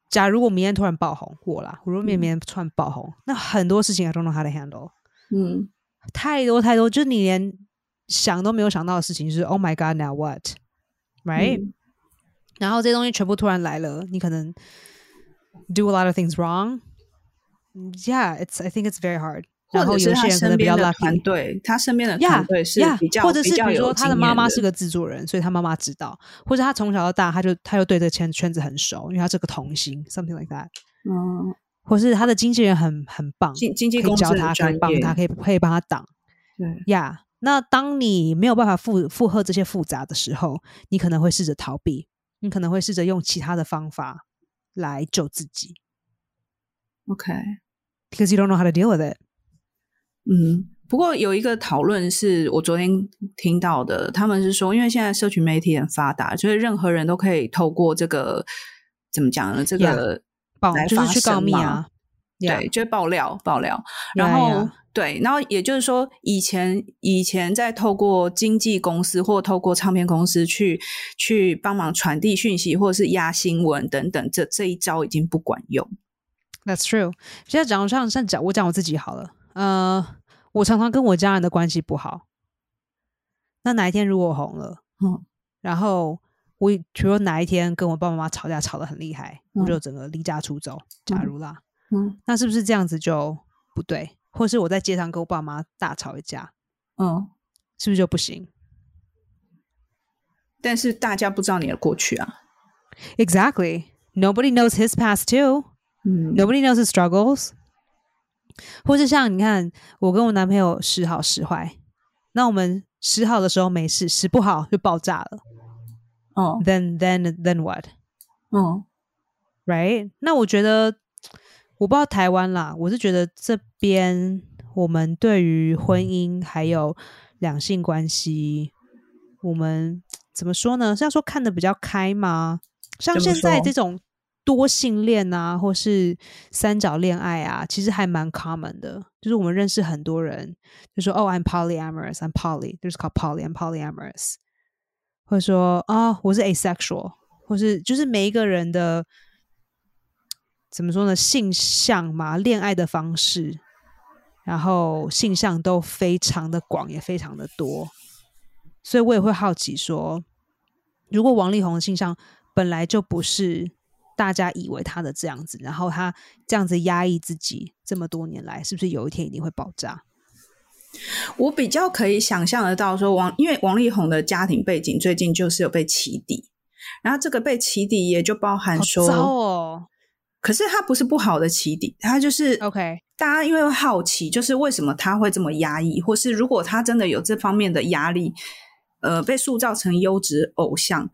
A: 假如我明天突然爆红，我啦，我如果明
B: 嗯
A: 天突然爆红，那很多事情 I don't know how to handle。
B: 嗯
A: 太多太多，就是你连想都没有想到的事情，就是 Oh my God, now what? Right？、
B: 嗯
A: 然后这些东西全部突然来了，你可能 do a lot of things wrong. Yeah, it's I think it's very hard.
B: 或
A: 然后
B: 者
A: 有
B: 是
A: 些
B: 他
A: 人可
B: 身
A: 能比
B: 边
A: 较
B: 的团
A: lucky。
B: 队，他身边的
A: 呀
B: 团队是
A: 呀
B: 比较，
A: 或者是
B: 比较
A: 比如
B: 有
A: 说他的
B: 经
A: 妈
B: 验
A: 妈是个制作人，所以他妈妈知道，或者他从小到大他就他就对这个圈圈子很熟，因为他是个童星，something like that，
B: 嗯
A: 或是他的经纪人很很棒，
B: 经经纪
A: 可以
B: 公司
A: 教
B: 很
A: 他，可
B: 专
A: 以帮
B: 业
A: 他，可以可以帮他挡
B: 对
A: 呀。那当你没有办法负负荷这些复杂的时候，你可能会试着逃避，你可能会试着用其他的方法来救自己
B: ，OK，
A: ，because you don't know how to deal with it。
B: 嗯，不过有一个讨论是我昨天听到的，他们是说，因为现在社群媒体很发达，就是任何人都可以透过这个怎么讲呢？这个
A: 报
B: 来
A: 就是
B: 发
A: 去告
B: 声
A: 密
B: 嘛
A: 啊，
B: 对，就是爆料爆料。
A: 呀
B: 然后
A: 呀
B: 对，然后也就是说，以前以前在透过经纪公司或透过唱片公司去去帮忙传递讯息，或者是压新闻等等，这这一招已经不管用。
A: That's true。现在讲上像讲我讲我自己好了，呃，我常常跟我家人的关系不好。那哪一天如果我红了，
B: 嗯，
A: 然后我比如说哪一天跟我爸爸妈妈吵架吵得很厉害，我
B: 嗯
A: 就整个离家出走。假如啦，
B: 嗯
A: 那是不是这样子就不对？或是我在街上跟我爸妈大吵一架，
B: 嗯，
A: 是不是就不行
B: 但是大家不知道你的过去啊。
A: ？Exactly. Nobody knows his past too.
B: 嗯
A: Nobody knows his struggles，或是像你看，我跟我男朋友时好时坏，那我们时好的时候没事，时不好就爆炸了。
B: 哦
A: Then then then what?
B: 嗯
A: Right？那我觉得，我不知道台湾啦，我是觉得这边我们对于婚姻还有两性关系，我们怎么说呢？是要说看的比较开吗？像
B: 怎么
A: 现在
B: 说
A: 这种多性恋啊，或是三角恋爱啊，其实还蛮 common 的。就是我们认识很多人，就说哦、i m polyamorous, I'm poly，就是 called poly, I'm polyamorous，或者说啊、我是 asexual，或是就是每一个人的怎么说呢，性向嘛，恋爱的方式，然后性向都非常的广，也非常的多，所以我也会好奇说，如果王力宏的性向本来就不是大家以为他的这样子，然后他这样子压抑自己这么多年来，是不是有一天一定会爆炸？
B: 我比较可以想象得到说王，因为王力宏的家庭背景最近就是有被起底，然后这个被起底也就包含
A: 好
B: 说，
A: 糟哦
B: 可是他不是不好的起底，他就是
A: ！OK，
B: 大家因为会好奇，就是为什么他会这么压抑，或是如果他真的有这方面的压力，呃，被塑造成优质偶像，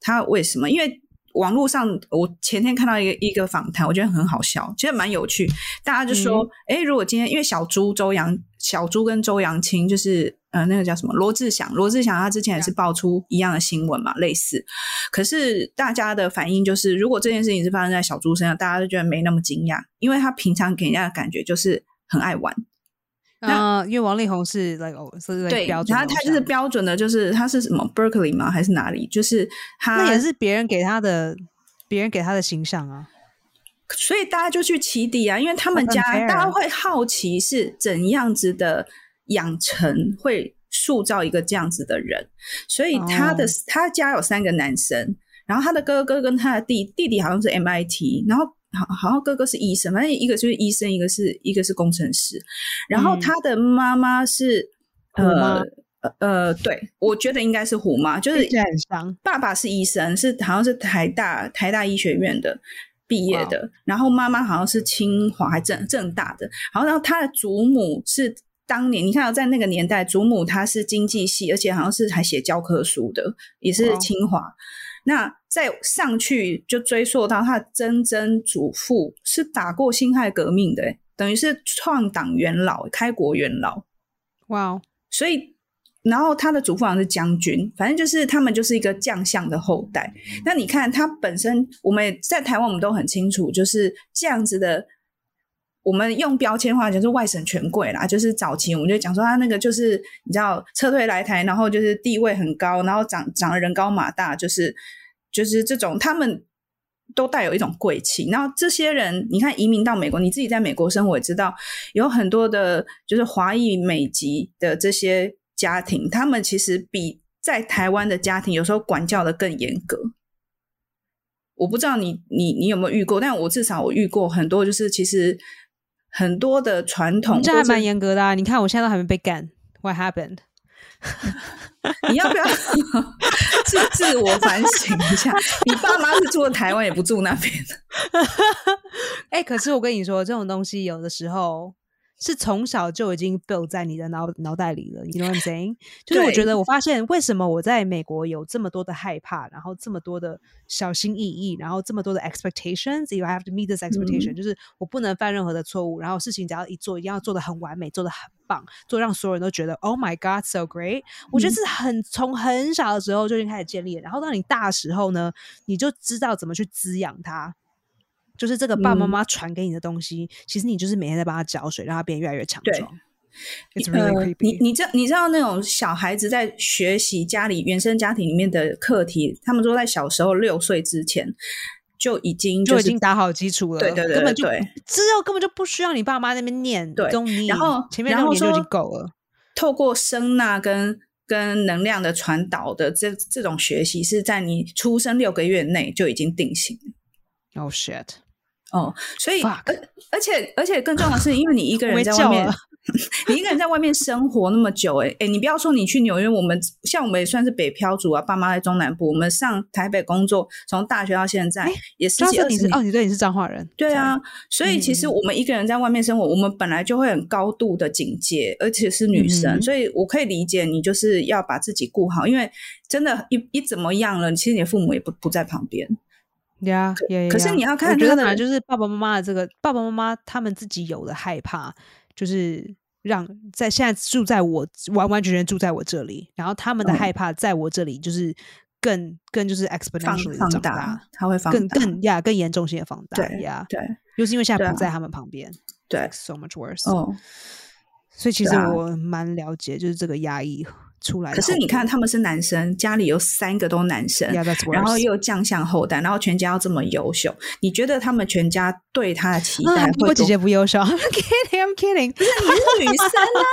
B: 他为什么？因为网络上我前天看到一个一个访谈，我觉得很好笑，其实蛮有趣。大家就说，诶，如果今天因为小猪周扬，小猪跟周扬青就是呃那个叫什么罗志祥，罗志祥他之前也是爆出一样的新闻嘛，类似。可是大家的反应就是，如果这件事情是发生在小猪身上，大家就觉得没那么惊讶，因为他平常给人家的感觉就是很爱玩，
A: 那、呃因为王力宏是 like 偶是 like
B: 对，
A: 标准
B: 然
A: 的偶
B: 后
A: 像，
B: 他就是标准的，就是他是什么 Berkeley 吗？还是哪里？就是他
A: 那也是别人给他的，别人给他的形象啊。
B: 所以大家就去起底啊，因为他们家
A: Open pair
B: 大家会好奇是怎样子的养成会塑造一个这样子的人，所以他的、
A: 哦
B: 他家有三个男生，然后他的哥哥跟他的弟弟弟好像是 MIT，然后好好像哥哥是医生，反正一个就是医生，一个是一个是工程师，然后
A: 嗯
B: 他的妈妈是、
A: 虎妈
B: 呃呃呃，对，我觉得应该是虎妈，就是
A: 听起来很像
B: 爸爸是医生，是好像是台大台大医学院的毕业的然后妈妈好像是清华还正正大的，然后然后他的祖母是当年你看到哦在那个年代，祖母她是经济系，而且好像是还写教科书的，也是
A: 哇
B: 清华。那再上去就追溯到他的曾曾祖父是打过辛亥革命的、欸，等于是创党元老、欸开国元老。
A: 哇哦，
B: 所以，然后他的祖父好像是将军，反正就是他们就是一个将相的后代。那你看他本身，我们在台湾我们都很清楚，就是这样子的。我们用标签化就是外省权贵啦，就是早期我们就讲说他那个就是你知道撤退来台，然后就是地位很高，然后长长得人高马大，就是就是这种他们都带有一种贵气。然后这些人，你看移民到美国，你自己在美国生活也知道，有很多的，就是华裔美籍的这些家庭，他们其实比在台湾的家庭有时候管教的更严格。我不知道你你你有没有遇过，但我至少我遇过很多，就是其实很多的传统，
A: 哦这还蛮
B: 严。
A: 严格的、啊。你看我现在都还没被干，What happened？
B: 你要不 要自自我反省一下？你爸妈是住台湾，也不住那 边的。
A: 哎、可是我跟你说，这种东西有的时候是从小就已经 build 在你的脑脑袋里了。You know what I'm saying？就是我
B: 对
A: 觉得，我发现为什么我在美国有这么多的害怕，然后这么多的小心翼翼，然后这么多的 expectations，you have to meet this expectation，、就是我不能犯任何的错误，然后事情只要一做，一定要做的很完美，做的很棒，做让所有人都觉得 Oh my God，so great。我觉得是很从很小的时候就已经开始建立了，然后到你大时候呢，你就知道怎么去滋养它。就是这个爸爸妈
B: 嗯
A: 妈传给你的东西，其实你就是每天在帮他搅水，让他变越来越强
B: 对
A: 壮。It's really
B: 呃你
A: creepy。
B: 你知你知道那种小孩子在学习家里原生家庭里面的课题，他们都在小时候六岁之前就已经
A: 就
B: 就
A: 已
B: 是
A: 经打好基础了，
B: 对对对
A: 根本就
B: 对
A: 之后根本就不需要你爸妈那边念，
B: 对
A: don't need
B: 然后
A: 前面
B: 然
A: 六
B: 后
A: 年就已
B: 说
A: 经够了。
B: 透过声呐跟跟能量的传导的这这种学习，是在你出生六个月内就已经定型了
A: Oh shit！
B: 哦，所以
A: Fuck
B: 而而且而且更重要的是，因为你一个
A: 我没
B: 人在
A: 叫
B: 外面
A: 了，
B: 你一个人在外面生活那么久、欸，哎、你不要说你去纽约，我们像我们也算是北漂族啊，爸妈在中南部，我们上台北工作，从大学到现在、
A: 哎
B: 也十
A: 张
B: 几
A: 是
B: 二
A: 你
B: 十
A: 是
B: 年。
A: 哦，你对你是彰化人，
B: 对啊
A: sorry，，
B: 所以其实
A: 嗯
B: 我们一个人在外面生活，我们本来就会很高度的警戒，而且是女生，
A: 嗯哼
B: 所以我可以理解你就是要把自己顾好，因为真的一，一怎么样了，其实你的父母也不不在旁边。
A: 呀呀呀！
B: 可是
A: 呀
B: 你要看
A: 我觉
B: 他
A: 得
B: 的
A: 本来就是爸爸妈妈的这个爸爸妈妈他们自己有的害怕，就是让在现在住在我完完全全住在我这里，然后他们的
B: 嗯
A: 害怕在我这里就是更更就是
B: 放
A: exponentially 地
B: 放
A: 长
B: 大，他会放
A: 更
B: 大，
A: 更呀更严重性的放大呀，
B: 对
A: 又是因为现
B: 对
A: 在
B: 啊
A: 不在他们旁边
B: 对
A: ，like，so much worse。
B: 哦。
A: 所以其
B: 对
A: 实
B: 啊
A: 我蛮了解，就是这个压抑出来的
B: 可
A: 后果。
B: 是你看，他们是男生，家里有三个都男生，
A: ，yeah that's worse。啊
B: 然后又降向后代，然后全家要这么优秀，你觉得他们全家对他的期待
A: 啊，
B: 会
A: 不
B: 多？
A: 过 姐姐不优秀，I'm kidding，I'm kidding。
B: 你是女生啊，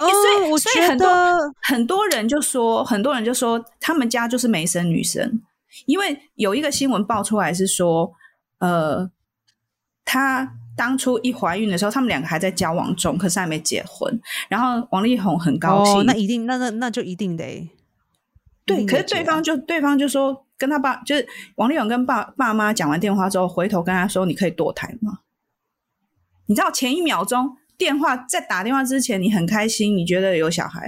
A: 哦，
B: 所以
A: 我
B: 所
A: 觉
B: 以很
A: 得
B: 多很多人就说，很多人就说他们家就是没生女生，因为有一个新闻爆出来是说，呃，她当初一怀孕的时候，他们两个还在交往中，可是还没结婚。然后王力宏很高兴，
A: 哦，那一定，那那那就一定得。一
B: 对，
A: 定
B: 可
A: 得
B: 是对
A: 这样
B: 方就对方就说跟他爸，就是王力宏跟爸爸妈讲完电话之后，回头跟他说：“你可以堕胎吗？”你知道前一秒钟电话在打电话之前，你很开心，你觉得有小孩；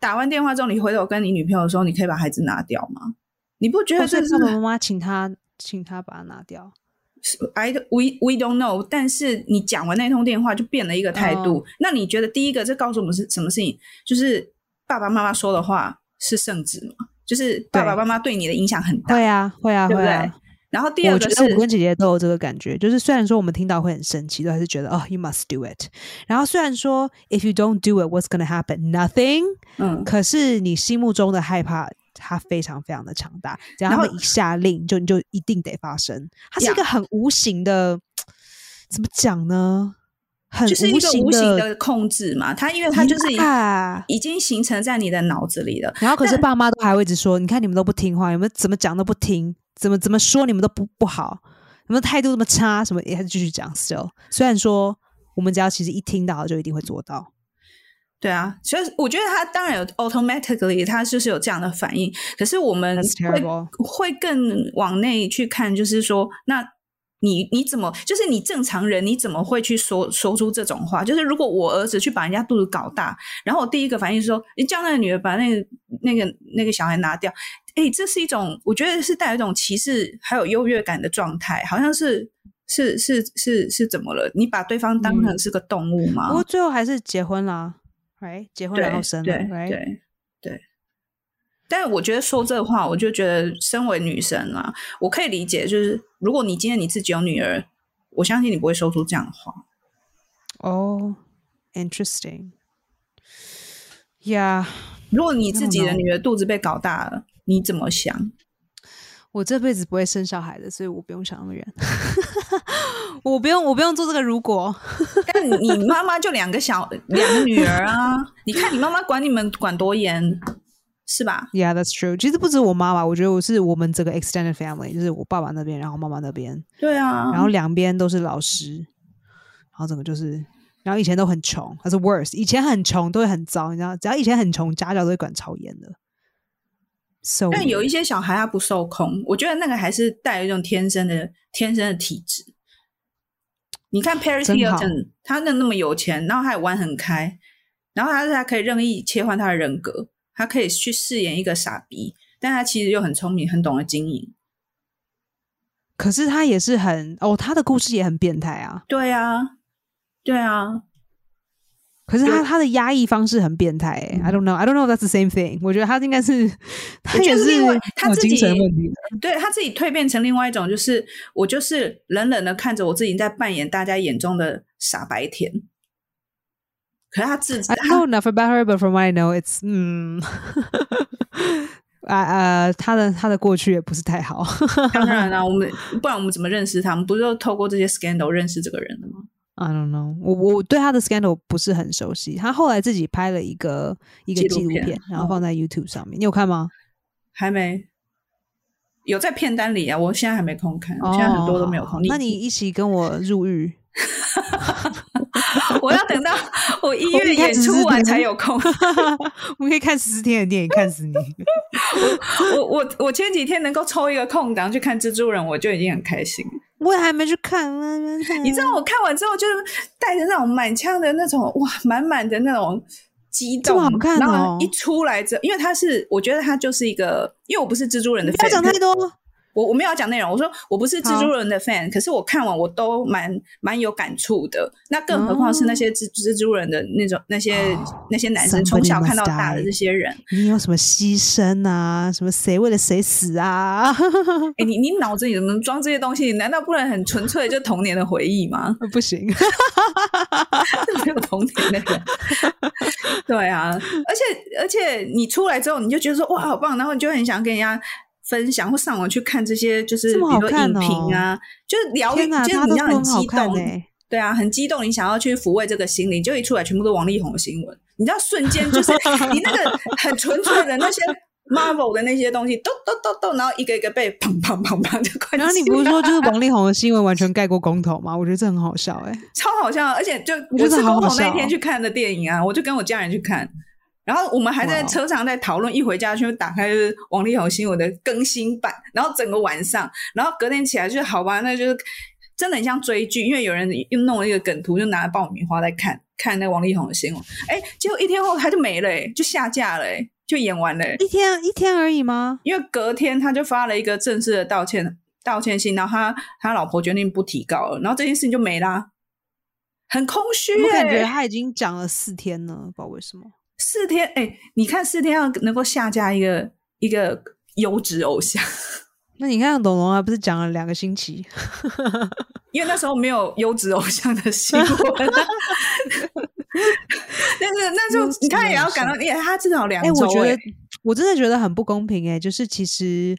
B: 打完电话之后，你回头跟你女朋友说：“你可以把孩子拿掉吗？”你不觉
A: 哦
B: 得
A: 所
B: 这
A: 以
B: 是
A: 爸爸妈妈请他，请他把它拿掉。
B: I don't- we we don't know？但是你讲完那通电话就变了一个态度。
A: 嗯
B: 那你觉得第一个这告诉我们是什么事情？就是爸爸妈妈说的话是圣旨吗？就是爸爸
A: 对
B: 妈妈 对你的影响很大。
A: 会啊，会啊，
B: 对不
A: 会
B: 对
A: 啊。
B: 然后第二
A: 我
B: 个
A: 觉
B: 是
A: 得我跟姐姐都有这个感觉，就是虽然说我们听到会很生气，都还是觉得哦，you must do it。然后虽然说 if you don't do it，what's gonna happen? Nothing。
B: 嗯，
A: 可是你心目中的害怕，它非常非常的强大。只要
B: 然
A: 他
B: 后
A: 们一下令，就你就一定得发生。它是一
B: 呀
A: 个很无形的，怎么讲呢？很
B: 就是一个
A: 无
B: 无形
A: 的
B: 的控制嘛。它
A: 哦
B: 因为它就是已
A: 啊
B: 已经形成在你的脑子里了。
A: 然后可是爸妈都还会一直说，你看你们都不听话，你们怎么讲都不听，怎么怎么说你们都不不好，你们态度这么差，什么也还是继续讲。Still，虽然说我们只要其实一听到就一定会做到，
B: 对啊，所以我觉得它当然有 automatically，它就是有这样的反应。可是我们
A: That's
B: 会
A: terrible
B: 会更往内去看，就是说，那你你怎么，就是你正常人你怎么会去说说出这种话？就是如果我儿子去把人家肚子搞大，然后我第一个反应是说，你叫那个女的把那个那个那个小孩拿掉。诶，这是一种，我觉得是带有一种歧视还有优越感的状态，好像是是是是是怎么了？你把对方当成是个动物吗？
A: 不过最后还是结婚啦，right？结婚
B: 对
A: 然后生了
B: 对
A: ，right？
B: 对对。但我觉得说这话，我就觉得身为女生啊，我可以理解，就是如果你今天你自己有女儿，我相信你不会说出这样的话。
A: 哦、i n t e r e s t i n g y e a h
B: 如果你自己
A: I
B: 的
A: don't know
B: 女儿肚子被搞大了，你怎 么想？
A: 我这辈子不会生小孩的，所以我不用想那么远， 我不用我不用做这个如果。
B: 但你你妈妈就两个小两个女儿啊，你看你妈妈管你们管多严，是吧？
A: Yeah, that's true. 其实不止我妈吧，我觉得我是我们整个
B: 嗯
A: extended family，就是我爸爸那边，然后妈妈那边，
B: 对啊，
A: 然后两边都是老师。后整个就是，然后以前都很穷，还是 worse，以前很穷都会很糟，你知道，只要以前很穷，家教都会管超严的。So，
B: 但有一些小孩他不受控，我觉得那个还是带有一种天生的天生的体质。你看 Paris
A: 真好
B: Hilton，他那那么有钱，然后他也玩很开，然后他他可以任意切换他的人格，他可以去饰演一个傻逼，但他其实又很聪明，很懂得经营。
A: 可是他也是很哦，他的故事也很变态啊。
B: 对啊，对啊，
A: 可是他
B: 有
A: 他的压抑方式很变态、欸 i don't know, I don't know if that's the same thing。我觉得他应该是他
B: 觉
A: 也
B: 得是
A: 是
B: 因为他
A: 有
B: 自
A: 精神
B: 己
A: 问题的。
B: 对他自己蜕变成另外一种，就是我就是冷冷的看着我自己在扮演大家眼中的傻白甜。可是他自己，
A: I
B: 他
A: don't know enough about her, but from what I know, it's 嗯， 啊呃，他的他的过去也不是太好。
B: 当然啦、我们不然我们怎么认识他？我们不是都透过这些 scandal 认识这个人的吗？
A: I don't know，我我对他的 scandal 不是很熟悉。他后来自己拍了一个一个
B: 纪录
A: 纪录
B: 片
A: 片，嗯然后
B: 哦
A: 放在 YouTube 上面，你有看吗？
B: 还没有在片单里啊，我现在还没空看，
A: 哦，
B: 现在很多都没有
A: 好好
B: 空。
A: 那你一起跟我入狱？
B: 我要 等到我一
A: 我
B: 月
A: 一开
B: 演
A: 始是
B: 出完
A: 觉得
B: 才有空。
A: 我们可以看十天的 电影，看死你！
B: 我我我前几天能够抽一个空档去看蜘蛛人，我就已经很开心了。
A: 我也还没去看啊呢。
B: 你知道我看完之后，就是带着那种满腔的那种哇，满满的那种激动，
A: 这么好看哦
B: 然后一出来之后，因为他是，我觉得他就是一个，因为我不是蜘蛛人的
A: 不要
B: fan，
A: 讲太多，
B: 我我没有要讲内容，我说我不是蜘蛛人的 fan，可是我看完我都蛮蛮有感触的。那更何况是那些蜘蜘蛛人的那种那些那些男生
A: 哦 Somebody
B: 从小看到
A: must
B: 大的
A: die
B: 这些人，
A: 你有什么牺牲啊？什么谁为了谁死啊？
B: 哎，你你脑子里怎么能装这些东西？你难道不能很纯粹就童年的回忆吗？
A: 不行，
B: 没有童年那个， 对啊，而且而且你出来之后，你就觉得说哇好棒，然后你就很想跟人家分享，或上网去看这些，就是
A: 这
B: 比
A: 么
B: 如
A: 好
B: 说
A: 看
B: 影
A: 哦
B: 评啊，就是疗愈，
A: 天哪，
B: 就是
A: 他
B: 你
A: 都说
B: 要很
A: 很好
B: 激
A: 看
B: 动，
A: 哎。
B: 对啊，很激动，你想要去抚慰这个心灵，就一出来全部都王力宏的新闻，你知道瞬间就是 你那个很纯粹的那些 Marvel 的那些东西，都都都都，然后一个一个被砰砰砰砰的关
A: 然后你
B: 起
A: 不是
B: 来
A: 说就是王力宏的新闻完 全盖过公投吗？我觉得这很好笑哎、
B: 超好笑的，啊而且就
A: 我觉
B: 我
A: 得
B: 是
A: 好
B: 公
A: 好
B: 公那
A: 笑哦
B: 天去看的电影啊，我就跟我家人去看，然后我们还
A: 哇
B: 在
A: 哦
B: 车上在讨论，一回家就打开就是王力宏新闻的更新版，然后整个晚上，然后隔天起来就是好吧，那就是真的很像追剧，因为有人又弄了一个梗图，就拿爆米花在看看那个王力宏的新闻，哎，结果一天后他就没了、哎就下架了、哎就演完了、哎
A: 一天一天而已吗？
B: 因为隔天他就发了一个正式的道歉道歉信，然后他他老婆决定不提告了，然后这件事情就没啦，很空虚、
A: 我
B: 欸，
A: 感觉他已经讲了四天了，不知道为什么。
B: 四天，哎、你看四天要能够下架一个一个优质偶像，
A: 那你看董龙还啊不是讲了两个星期？
B: 因为那时候没有优质偶像的新闻、啊 但是那就
A: 优质
B: 你看也要
A: 偶像
B: 感到，也他至少两
A: 哎、
B: 周、
A: 我觉
B: 哎
A: 得我真的觉得很不公平哎、就是其实，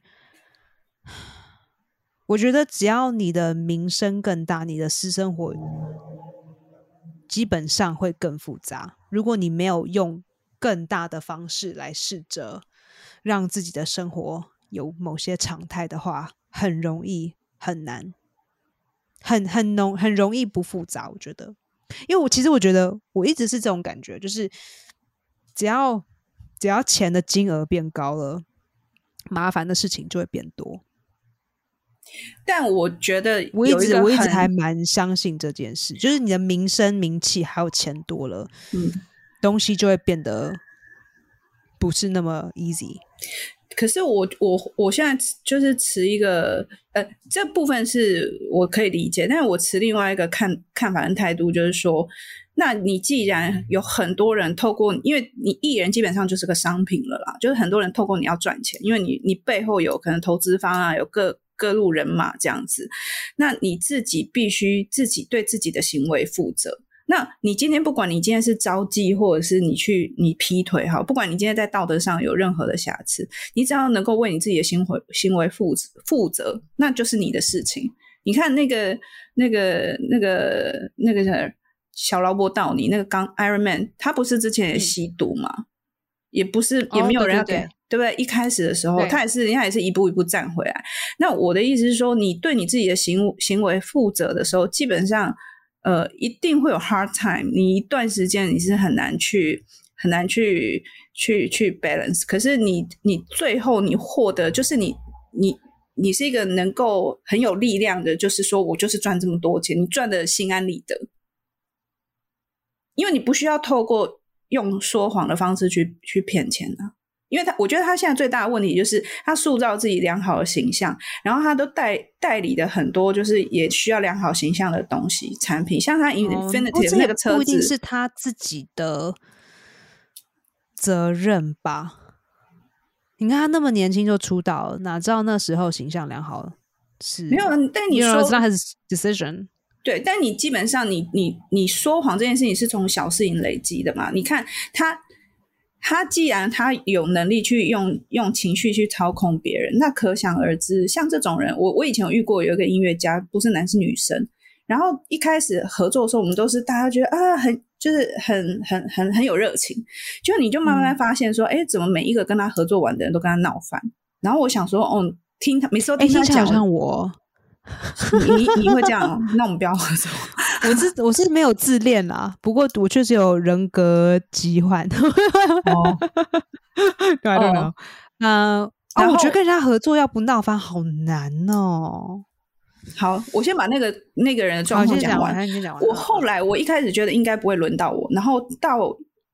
A: 我觉得只要你的名声更大，你的私生活基本上会更复杂。如果你没有用更大的方式来试着让自己的生活有某些常态的话，很容易很难，很很容很容易不复杂。我觉得，因为我其实我觉得我一直是这种感觉，就是只要只要钱的金额变高了，麻烦的事情就会变多。
B: 但我觉得
A: 我一
B: 有
A: 直
B: 个
A: 我一直
B: 很
A: 还蛮相信这件事，就是你的名声、名气还有钱多了，
B: 嗯
A: 东西就会变得不是那么 easy。
B: 可是我我我现在就是持一个呃，这部分是我可以理解，但是我持另外一个看看法跟态度，就是说，那你既然有很多人透过，因为你艺人基本上就是个商品了啦，就是很多人透过你要赚钱，因为你你背后有可能投资方啊，有各各路人马这样子，那你自己必须自己对自己的行为负责。那你今天不管你今天是招妓，或者是你去你劈腿哈，不管你今天在道德上有任何的瑕疵，你只要能够为你自己的行为行为负责负责，那就是你的事情。你看那个那个那个那个小劳勃道尼那个刚 Iron Man，他不是之前也
A: 嗯
B: 吸毒嘛，也不是
A: 哦
B: 也没有人要给，
A: 对对
B: 对不对？一开始的时候，
A: 对
B: 他也是人家也是一步一步站回来。那我的意思是说，你对你自己的行行为负责的时候，基本上呃，一定会有 hard time，你一段时间你是很难去很难去去去 balance。可是你你最后你获得就是你你你是一个能够很有力量的，就是说我就是赚这么多钱，你赚的心安理得，因为你不需要透过用说谎的方式去去骗钱啊。因为他，我觉得他现在最大的问题就是他塑造自己良好的形象，然后他都代代理的很多就是也需要良好形象的东西产品，像他
A: 哦这
B: Infinity
A: 也
B: 那个车
A: 不一定
B: 子，
A: 是他自己的责任吧？你看他那么年轻就出道了，哪知道那时候形象良好是
B: 没有，但你
A: You
B: 说
A: know, it's not his decision。
B: 对，但你基本上你你你说谎这件事情是从小事情累积的嘛？你看他，他既然他有能力去用用情绪去操控别人，那可想而知，像这种人，我我以前有遇过有一个音乐家，不是男是女生，然后一开始合作的时候，我们都是大家觉得啊，很就是很很很很有热情，就你就慢慢发现说，哎、怎么每一个跟他合作完的人都跟他闹翻？然后我想说，哦，听他每次都
A: 哎，
B: 听他
A: 听起来
B: 讲
A: 好， 像我，
B: 你你你会这样哦，那我们不要合作。
A: 我是我是没有自恋啦，不过我确实有人格疾患。
B: 哦，
A: I don't know 嗯、
B: 哦。然
A: 哦，
B: 后
A: 我觉得跟人家合作要不闹翻好难哦。
B: 好，我先把那个那个人的
A: 好，
B: 状
A: 你
B: 况
A: 先
B: 讲
A: 讲
B: 完。嗯
A: 你先讲完。
B: 我后来我一开始觉得应该不会轮到我，然后到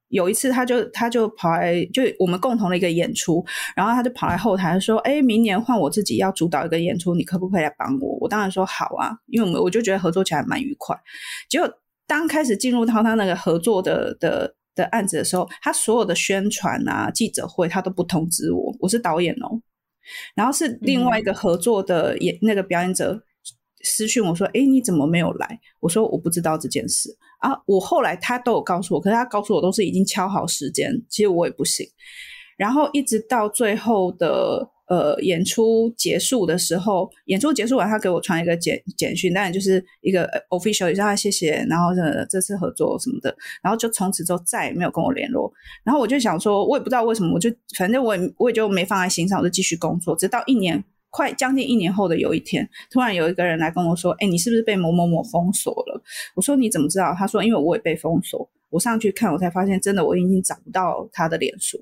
B: 有一次他就他就跑来就我们共同的一个演出，然后他就跑来后台说：“哎，明年换我自己要主导一个演出，你可不可以来帮我？”我当然说好啊，因为我们我就觉得合作起来蛮愉快。结果当开始进入到他那个合作的的。的案子的时候，他所有的宣传啊、记者会，他都不通知我，我是导演哦、然后是另外一个合作的演、那个表演者私讯我说：“哎，你怎么没有来？”我说：“我不知道这件事啊。”我后来他都有告诉我，可是他告诉我都是已经敲好时间，其实我也不信。然后一直到最后的呃演出结束的时候，演出结束完，他给我传一个简简讯，当然就是一个呃 official，让他谢谢，然后这这次合作什么的，然后就从此之后再也没有跟我联络。然后我就想说，我也不知道为什么，我就反正我也我也就没放在心上，我就继续工作，直到一年快将近一年后的有一天，突然有一个人来跟我说：“哎，你是不是被某某某封锁了？”我说：“你怎么知道？”他说：“因为我也被封锁。”我上去看，我才发现真的我已经找不到他的脸书。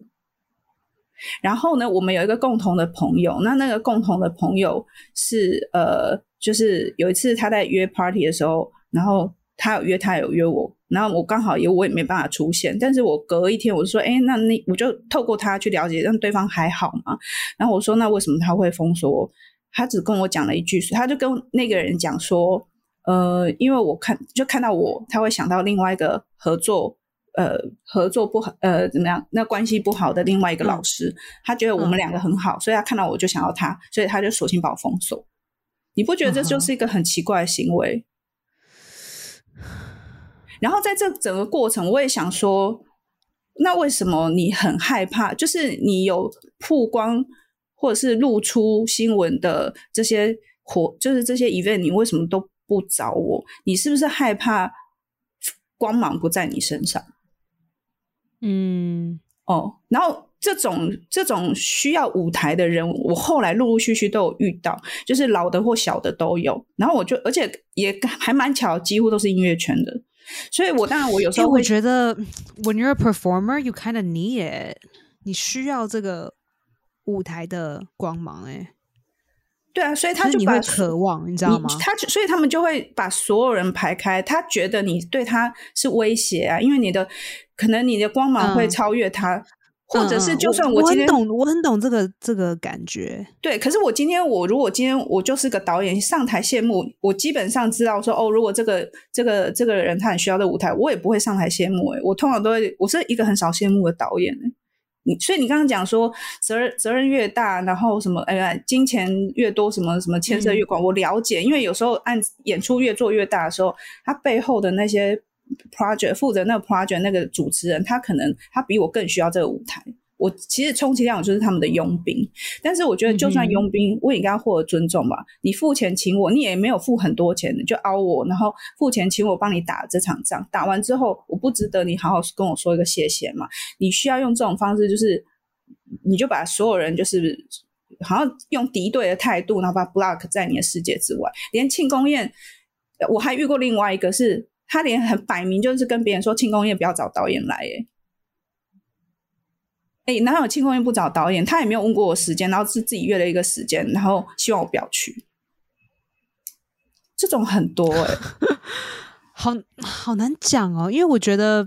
B: 然后呢，我们有一个共同的朋友，那那个共同的朋友是呃，就是有一次他在约 party 的时候，然后他有约他有约我，然后我刚好也我也没办法出现，但是我隔一天我就说，哎，那那我就透过他去了解，让对方还好嘛。然后我说，那为什么他会封锁我？他只跟我讲了一句，他就跟那个人讲说，呃，因为我看就看到我，他会想到另外一个合作。呃，合作不好，呃，怎么样？那关系不好的另外一个老师，他觉得我们两个很好，所以他看到我就想要他，所以他就索性把我封锁。你不觉得这就是一个很奇怪的行为？ 然后在这整个过程，我也想说，那为什么你很害怕？就是你有曝光或者是露出新闻的这些活，就是这些 event，你为什么都不找我？你是不是害怕光芒不在你身上？
A: 嗯，
B: 哦，然后这种这种需要舞台的人，我后来陆陆续续都有遇到，就是老的或小的都有。然后我就，而且也还蛮巧，几乎都是音乐圈的，所以我当然我有时
A: 因为
B: 候会
A: 我觉得 when you're a performer, you kind of need it，你需要这个舞台的光芒、欸，
B: 对啊，所以
A: 哎，
B: 他
A: 是
B: 就
A: 你
B: 把
A: 会渴望，你知道吗？嗯
B: 你他就所以他们就会把所有人排开，他觉得你对他是威胁啊，因为你的可能你的光芒会
A: 嗯
B: 超越他，或者
A: 嗯
B: 是
A: 嗯
B: 就算
A: 我
B: 今天
A: 很懂，我很懂这个这个感觉，
B: 对，可是我今天我如果今天我就是个导演上台谢幕，我基本上知道说哦，如果这个这个这个人他很需要这舞台，我也不会上台谢幕、欸。我通常都会，我是一个很少谢幕的导演、欸。你所以你刚刚讲说责任责任越大，然后什么哎呀金钱越多，什么什么牵涉越广，我了解，因为有时候按演出越做越大的时候，他背后的那些 project 负责那个 project 那个主持人，他可能他比我更需要这个舞台。我其实充其量我就是他们的佣兵，但是我觉得就算
A: 嗯哼
B: 佣兵，我也应该获得尊重吧。你付钱请我，你也没有付很多钱，你就凹我，然后付钱请我帮你打这场仗，打完之后我不值得你好好跟我说一个谢谢吗？你需要用这种方式，就是你就把所有人就是好像用敌对的态度，然后把 block 在你的世界之外。连庆功宴，呃我还遇过另外一个是他连很摆明就是跟别人说庆功宴不要找导演来、欸，哎、哎，哪有庆功宴不找导演？他也没有问过我时间，然后是自己约了一个时间，然后希望我不要去。这种很多哎、
A: 好好难讲哦，因为我觉得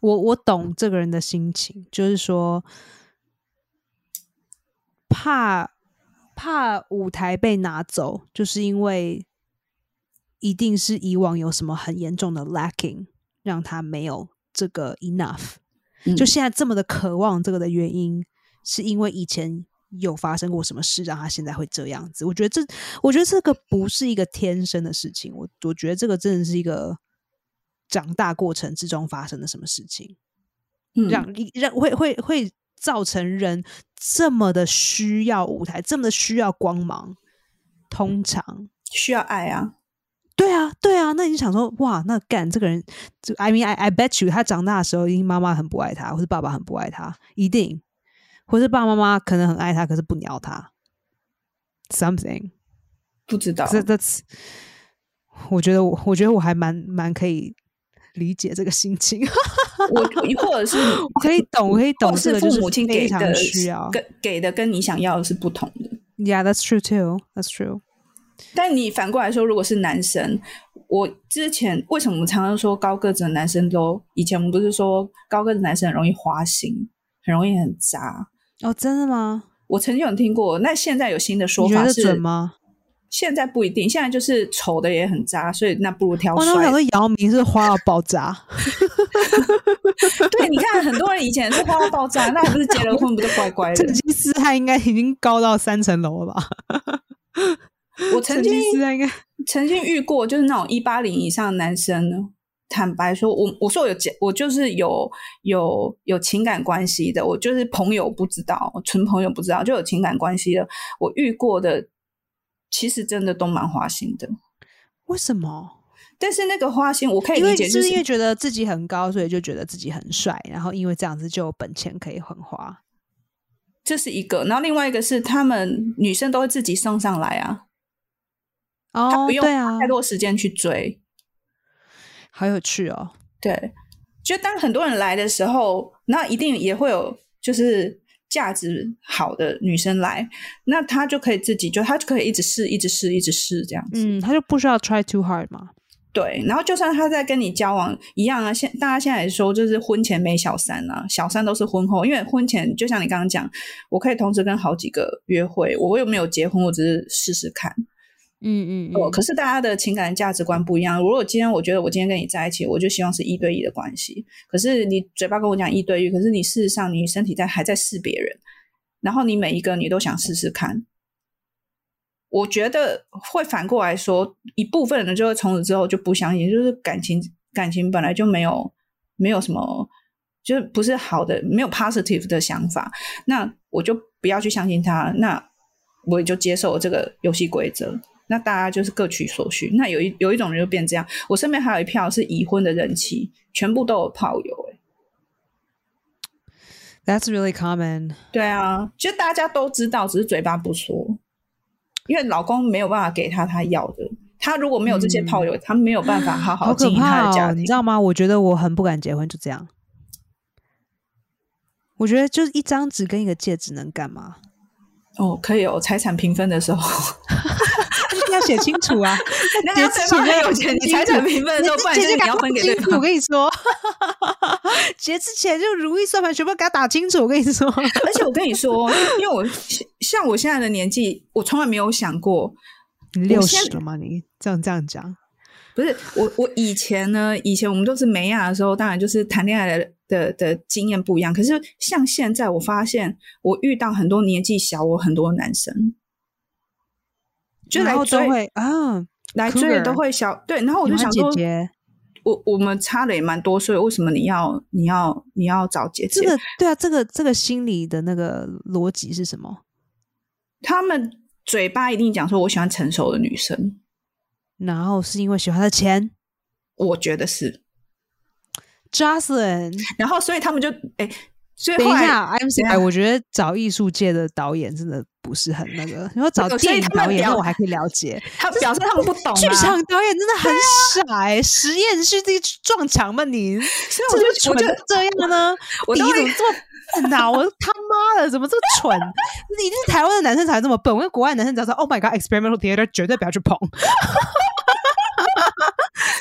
A: 我我懂这个人的心情，就是说怕怕舞台被拿走，就是因为一定是以往有什么很严重的 lacking，让他没有这个 enough，、
B: 嗯
A: 就现在这么的渴望这个的原因，是因为以前。有发生过什么事让他现在会这样子？我觉得这，我觉得这个不是一个天生的事情，我我觉得这个真的是一个长大过程之中发生的什么事情。
B: 嗯，
A: 让一让会会会造成人这么的需要舞台，这么的需要光芒。通常，
B: 需要爱啊，
A: 对啊，对啊，那你想说，哇，那干这个人，就 I mean I I bet you，他长大的时候，一定妈妈很不爱他，或是爸爸很不爱他，一定，或是爸爸妈妈可能很爱他，可是不鸟他，something。
B: 不知道
A: 这这次，我觉得我我觉得我还蛮蛮可以理解这个心情，
B: 我或者是
A: 我可以懂，我可以 懂
B: 或
A: 这
B: 是
A: 个就
B: 父
A: 是
B: 母亲
A: 非
B: 给
A: 常
B: 的
A: 需要。
B: 跟给的跟你想要的是不同的。
A: Yeah, that's true too. That's true.
B: 但你反过来说，如果是男生，我之前为什么我们常常说高个子的男生都，以前我们不是说高个子男生很容易花心，很容易很渣。
A: 哦，真的吗？
B: 我曾经有听过，那现在有新的说
A: 你觉
B: 法
A: 得
B: 是
A: 准吗？
B: 现在不一定，现在就是丑的也很渣，所以那不如挑
A: 哦哇，那我
B: 帅
A: 想说姚明是花到爆炸，
B: 的。对，你看很多人以前是花花爆炸， 那还不是结了婚不就乖乖
A: 成
B: 的？
A: 吉思汗应该已经高到三层楼了吧？
B: 我
A: 成
B: 曾经啊
A: 吉思汗应该
B: 曾经遇过，就是那种一八零以上的男生呢。坦白说，我我说我有结，我就是有有有情感关系的，我就是朋友不知道，我纯朋友不知道，就有情感关系的。我遇过的，其实真的都蛮花心的。
A: 为什 么？因
B: 但是那个花心，我可以
A: 为
B: 理解，
A: 是
B: 就
A: 不是因为觉得自己很高，所以就觉得自己很帅，然后因为这样子就有本钱可以很花。
B: 这是一个，然后另外一个是他们女生都会自己送上来啊，她
A: 哦，
B: 不用
A: 对啊
B: 花太，多时间去追。
A: 好有趣哦。
B: 对，就当很多人来的时候，那一定也会有就是价值好的女生来，那她就可以自己就她就可以一直试，一直试，一直试这样子。
A: 嗯，他就不需要 try too hard 嘛。
B: 对，然后就算她在跟你交往一样啊，现大家现在也说就是婚前没小三啊，小三都是婚后，因为婚前就像你刚刚讲，我可以同时跟好几个约会，我又没有结婚，我只是试试看。
A: 嗯嗯
B: 哦，可是大家的情感价值观不一样。如果今天我觉得我今天跟你在一起，我就希望是一对一的关系。可是你嘴巴跟我讲一对一，可是你事实上你身体在还在试别人，然后你每一个你都想试试看。我觉得会反过来说，一部分人就会从此之后就不相信，就是感情感情本来就没有没有什么，就是不是好的，没有 positive 的想法，那我就不要去相信他，那我也就接受这个游戏规则。那大家就是各取所需。那有一有一种人就变这样，我身边还有一票是已婚的人妻，全部都有炮友、欸。
A: ，That's really common。
B: 对啊，就大家都知道，只是嘴巴不说，因为老公没有办法给她她要的。她如果没有这些炮友，她没有办法好
A: 嗯好
B: 经
A: 可
B: 营她
A: 怕
B: 的家
A: 哦！你
B: 庭
A: 知。道吗？我觉得我很不敢结婚，就这样。我觉得就是一张纸跟一个戒指能干嘛？
B: 哦，可以哦，财产平分的时候，
A: 一定要写清楚啊！
B: 那要对方很有 钱，你财产平分的时候，不然就是你要分给对
A: 清楚我
B: 方。
A: 跟你说， 结之前就如意算盘全部给他打清楚。我跟你 说，
B: 而且我跟你说，因为我像我现在的年纪，我从来没有想过，
A: 你
B: 我
A: 六
B: 现
A: 十了吗？你这样这样讲，
B: 不是我，我以前呢，以前我们都是美亚的时候，当然就是谈恋爱的的的经验不一样。可是像现在，我发现我遇到很多年纪小我很多男生，就来
A: 然后都
B: 追
A: 会啊，
B: 来追的
A: cougar
B: 都会小对，然后我就
A: 你
B: 想
A: 和
B: 说，
A: 姐姐，
B: 我我们差的也蛮多岁，为什么你要你要你要找姐姐？
A: 这个对啊，这个这个心理的那个逻辑是什么
B: 他们嘴巴一定讲说我喜欢成熟的女生，
A: 然后是因为喜欢他的钱
B: 我觉得是，
A: ，Jocelyn，
B: 然后所以他们就哎。啊所以
A: 等
B: 后
A: 一
B: 来
A: 下，M C
B: 怎
A: I，
B: 样
A: 我觉得找艺术界的导演真的不是很那个。然后找
B: 所以
A: 电影
B: 他们
A: 导演，
B: 聊
A: 那我还可以了解。
B: 他表示他们不懂、啊，
A: 剧场导演真的很傻哎、实验室自己撞墙吧你，
B: 所以
A: 这
B: 啊我
A: 么
B: 就
A: 蠢
B: 我就
A: 成这样呢？
B: 我
A: 你
B: 都
A: 怎
B: 会
A: 么这么笨啊？我他妈的怎么这么蠢？你一定是台湾的男生才会这么笨，我跟国外的男生只要说 “Oh my God, experimental theater” 绝对不要去碰。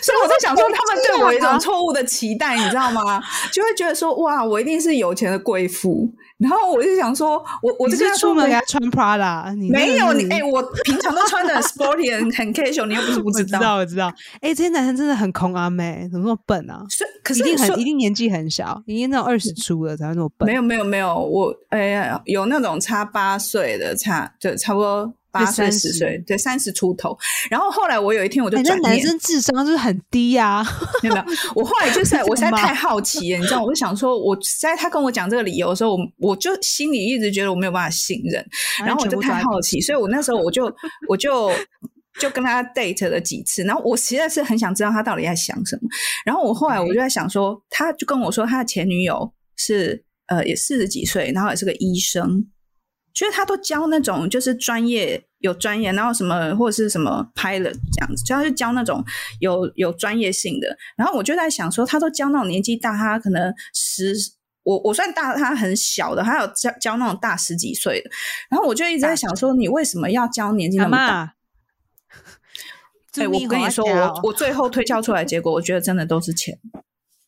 B: 所以我在想说，他们对我一
A: 这
B: 种
A: 样
B: 错误的期待，你知道吗？ 就会觉得说，哇，我一定是有钱的贵妇。然后我就想说，我我
A: 我
B: 就
A: 这
B: 跟他
A: 是
B: 说
A: 出门
B: 没
A: 给他穿 Prada，你啊真的
B: 没有你
A: 是
B: 哎、我平常都穿的 sporty 很很 casual，你又不是不
A: 我
B: 知
A: 知
B: 道。
A: 我知道。哎、这些男生真的很空阿妹，怎么那么笨啊？
B: 所以可
A: 一
B: 是
A: 定
B: 说嗯
A: 很一定年纪很小，一定那种二十出了才会那么笨。
B: 没有没有没有，我哎、呀，有那种差八岁的，差就差不多八岁
A: 30
B: 十岁，对三十出头。然后后来我有一天我就
A: 哎那
B: 转
A: 男
B: 念，
A: 生智商就是很低啊呀、
B: 没有没有，我后来就是我实 在
A: 真的吗
B: 太好奇了，你知道，我就 想说，我实在他跟我讲这个理由的时候，我我就心里一直觉得我没有办法信任，然后我就太好奇，所以我那时候我就我就就跟他 date 了几次，然后我实在是很想知道他到底在想什么。然后我后来我就在想说，他就跟我说他的前女友是呃也四十几岁，然后也是个医生，就是他都教那种就是专业有专业，然后什么或者是什么 pilot 这样子，就他就教那种有有专业性的。然后我就在想说，他都教那种年纪大，他可能十。我我算大他很小的，还有教教那种大十几岁的，然后我就一直在想说，你为什么要教年纪那
A: 阿
B: 么大？
A: 妈，
B: 哎、
A: 祝
B: 我跟你
A: 好哦
B: 说，
A: 巧
B: 我我最后推敲出来的结果，我觉得真的都是钱。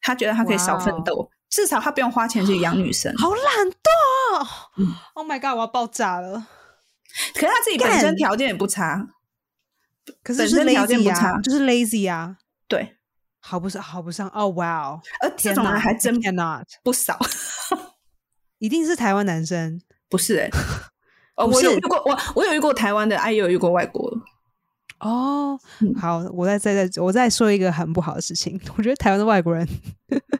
B: 他觉得他可以少奋
A: 哦
B: 斗至少他不用花钱去养女生。
A: 好懒惰、哦
B: 嗯
A: o h my god，我要爆炸了！
B: 可是他自己本身
A: 干
B: 条件也不差，
A: 可是
B: 本
A: 是
B: 身条件
A: lazy
B: 不
A: 呀、
B: 差
A: 就是 lazy 啊，
B: 对，
A: 好不上，好不上。哦、wow，
B: 而这
A: 天
B: 种
A: 哪，
B: 人还真
A: cannot，
B: 不少。
A: 一定是台湾男生。
B: 不 是哎、哦，
A: 不
B: 我有
A: 是
B: 遇过我我有遇过台湾的，哎，也有遇过外国的。
A: 哦、
B: 嗯
A: 好，我再再再我再说一个很不好的事情，我觉得台湾的外国人，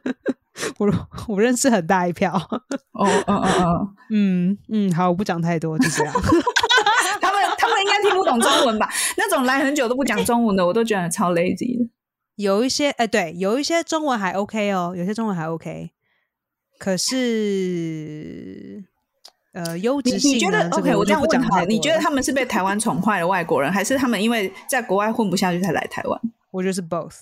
A: 我我认识很大一票。
B: 哦哦哦哦，
A: 嗯嗯，好，我不讲太多，就这样。
B: 他们他们应该听不懂中文吧？那种来很久都不讲中文的，我都觉得超 lazy 的。
A: 有一些，哎、对，有一些中文还 OK 哦，有些中文还 OK，可是，呃，优
B: 你
A: 质性
B: 你觉得
A: 呢
B: OK？
A: 个
B: 我
A: 我
B: 这
A: 就
B: 样
A: 不
B: 问
A: 讲
B: 好
A: 太
B: 了，你
A: 多
B: 觉得
A: 了
B: 他们是被台湾宠坏的外国人，还是他们因为在国外混不下去才来台湾？
A: 我觉得是 both。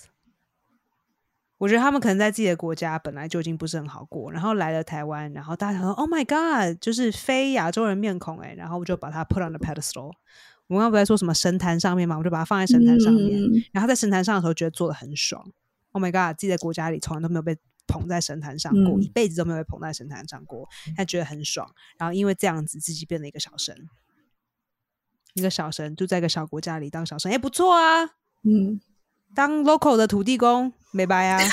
A: 我觉得他们可能在自己的国家本来就已经不是很好过，然后来了台湾，然后大家想说 “Oh my God”，就是非亚洲人面孔哎、然后我就把它 put on the pedestal。我们刚刚不在说什么神坛上面嘛，我就把它放在神坛上面。
B: 嗯
A: 然后在神坛上的时候，觉得做的很爽。Oh my god，自己在国家里从来都没有被捧在神坛上过，
B: 嗯
A: 一辈子都没有被捧在神坛上过，他觉得很爽。然后因为这样子，自己变了一个小生，一个小生住在一个小国家里当小生，哎，不错啊，
B: 嗯，
A: 当 local 的土地公，没白啊。
B: 哎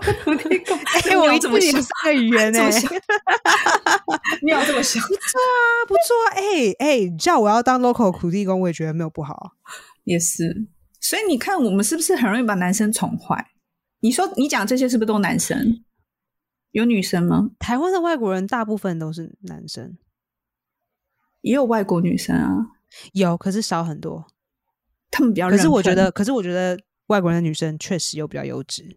A: 哎，我一
B: 怎么
A: 次
B: 想
A: 有？三个语言呢、
B: 这么
A: 欸
B: 想，你有这么想？
A: 啊，不错啊，哎哎，叫我要当 local 土地公，我也觉得没有不好。啊
B: 也是，所以你看，我们是不是很容易把男生宠坏？你说你讲这些是不是都男生？有女生吗？
A: 台湾的外国人大部分都是男生，
B: 也有外国女生啊，
A: 有可是少很多。
B: 他们比较。
A: 可是我觉，得，可是我觉得外国人的女生确实又比较优质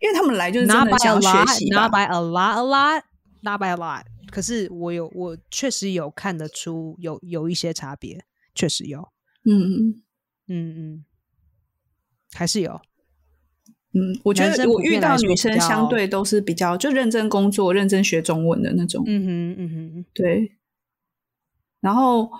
B: 因为他们来就是真
A: ，not
B: 的
A: by
B: 想
A: a
B: 要学习
A: lot，not
B: 吧。
A: by a lot，a lot，not by a lot。可是我有，我确实有看得出有有一些差别，确实有，
B: 嗯
A: 嗯嗯，还是有，
B: 嗯，我觉
A: 男
B: 得
A: 生
B: 我
A: 普遍
B: 遇到
A: 来说
B: 女
A: 比
B: 生
A: 较
B: 相对都是比较就认真工作、认真学中文的那种。
A: 嗯哼嗯
B: 对，然后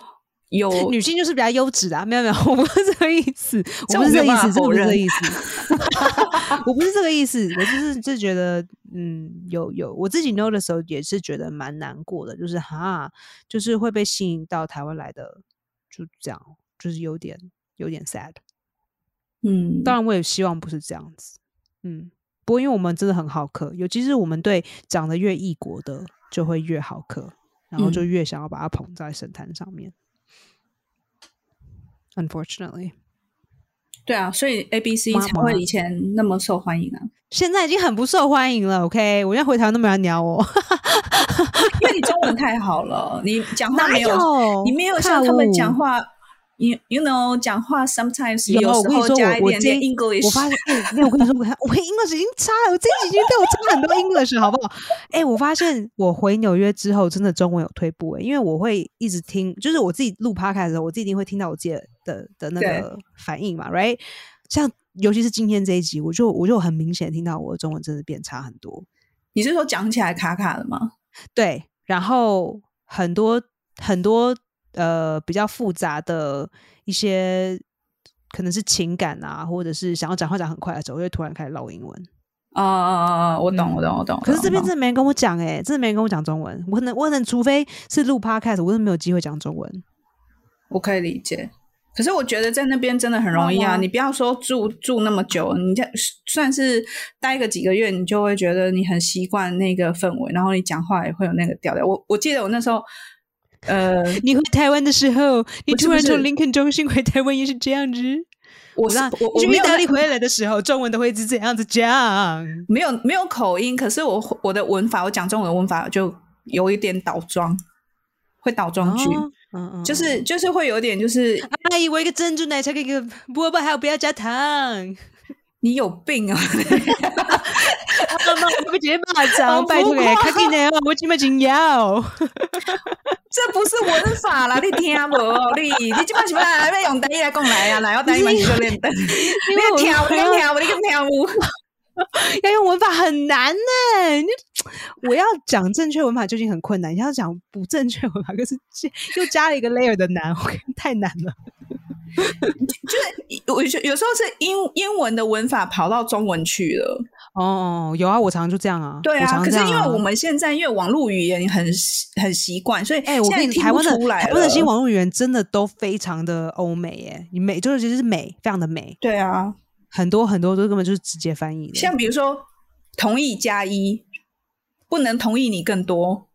B: 有
A: 哼， 女性就是比较优质的、啊，没有没有， 我不是这个意思，
B: 这
A: 我不是这
B: 我
A: 个
B: 没有
A: 意
B: 办法
A: 思，这
B: 否
A: 不是这个
B: 认
A: 意思， 我不是这个意思，我就是就觉得，嗯，有有，我自己 know 的时候也是觉得蛮难过的，就是哈，就是会被吸引到台湾来的，就这样，就是有点有点 sad。
B: 嗯，
A: 当然，我也希望不是这样子，嗯。不过，因为我们真的很好客，尤其是我们对长得越异国的，就会越好客，然后就
B: 嗯
A: 越想要把它捧在神坛上面。Unfortunately，
B: 对啊，所以 A B C
A: 妈妈
B: 才会以前那么受欢迎啊，
A: 现在已经很不受欢迎了。OK，我现在回台湾都没有人鸟我。
B: 因为你中文太好了，你讲 话
A: 哪
B: 没有，
A: 有
B: 你没有像他们讲话 you you know 讲话 sometimes
A: 哦有我
B: 时
A: 跟你
B: 候
A: 说，
B: 加一
A: 我我
B: 点
A: 这
B: 点
A: 一
B: English，
A: 我发现，哎、没有我跟你说，我看我 English 已经差了，我这几年对我差很多 English，好不好？哎、我发现我回纽约之后，真的中文有退步、哎，因为我会一直听，就是我自己录 podcast 的时候，我自己一定会听到我自己的的的那
B: 对
A: 个反应嘛，right？像尤其是今天这一集，我就我就很明显听到我的中文真的变差很多，
B: 你是说讲起来卡卡的吗？
A: 对，然后很多很多呃比较复杂的一些。可能是情感啊，或者是想要讲话讲很快的时候，我就会突然开始唠英文。
B: 啊啊啊啊！我懂，我懂，我懂。
A: 可是
B: 我
A: 这边
B: 懂
A: 真的没人跟我讲哎、真的没人跟我讲中文。我可能我可能除非是录 podcast，我真的没有机会讲中文。
B: 我可以理解。可是我觉得在那边真的很容易
A: 好
B: 啊！
A: 啊
B: 你不要说住住那么久，你在算是待个几个月，你就会觉得你很习惯那个氛围，然后你讲话也会有那个调调。我我记得我那时候，呃，
A: 你回台湾的时候，你
B: 不是
A: 突然
B: 不是
A: 从林肯中心回台湾也是这样子。
B: 我
A: 我啊
B: 是
A: 让
B: 我我
A: 去
B: 没
A: 意
B: 有
A: 大
B: 那
A: 利回来的时候，中文都会是这样子讲。
B: 没有没有口音，可是我我的文法，我讲中文的文法就有一点倒装，会倒装句，
A: 哦嗯嗯，
B: 就是就是会有点就是
A: 阿姨，哎我一个珍珠奶茶给一个波波，还有不要加 糖。妈
B: 你有病啊！
A: 妈，我不接骂脏，
B: 好
A: 拜托
B: 浮
A: 哎，开进来哦，我今麦真要。
B: 这不是文法啦，你听无？你你即摆是要来要用台语来讲来啊，来我台语嘛是就练的。你
A: 因为我
B: 听有，
A: 还
B: 你
A: 要
B: 听有，你跟听有。
A: 要用文法很难呢、你就我要讲正确文法究竟很困难，你要讲不正确文法，可是这又加了一个 layer 的难，我看太难了。
B: 我觉有时候是英英文的文法跑到中文去了。
A: 哦，有啊，我常常就这样啊。
B: 对
A: 我
B: 啊，
A: 常
B: 可
A: 常
B: 是
A: 这样啊
B: 因为我们现在因为网络语言很习很习惯，所以
A: 哎、我
B: 现在
A: 跟你
B: 听
A: 台
B: 不
A: 湾的
B: 出来
A: 台湾的
B: 了
A: 新网络语言真的都非常的欧美耶、你美就是其实是美，非常的美，
B: 对啊，
A: 很多很多都根本就是直接翻译的。
B: 像比如说同意加一，不能同意你更多，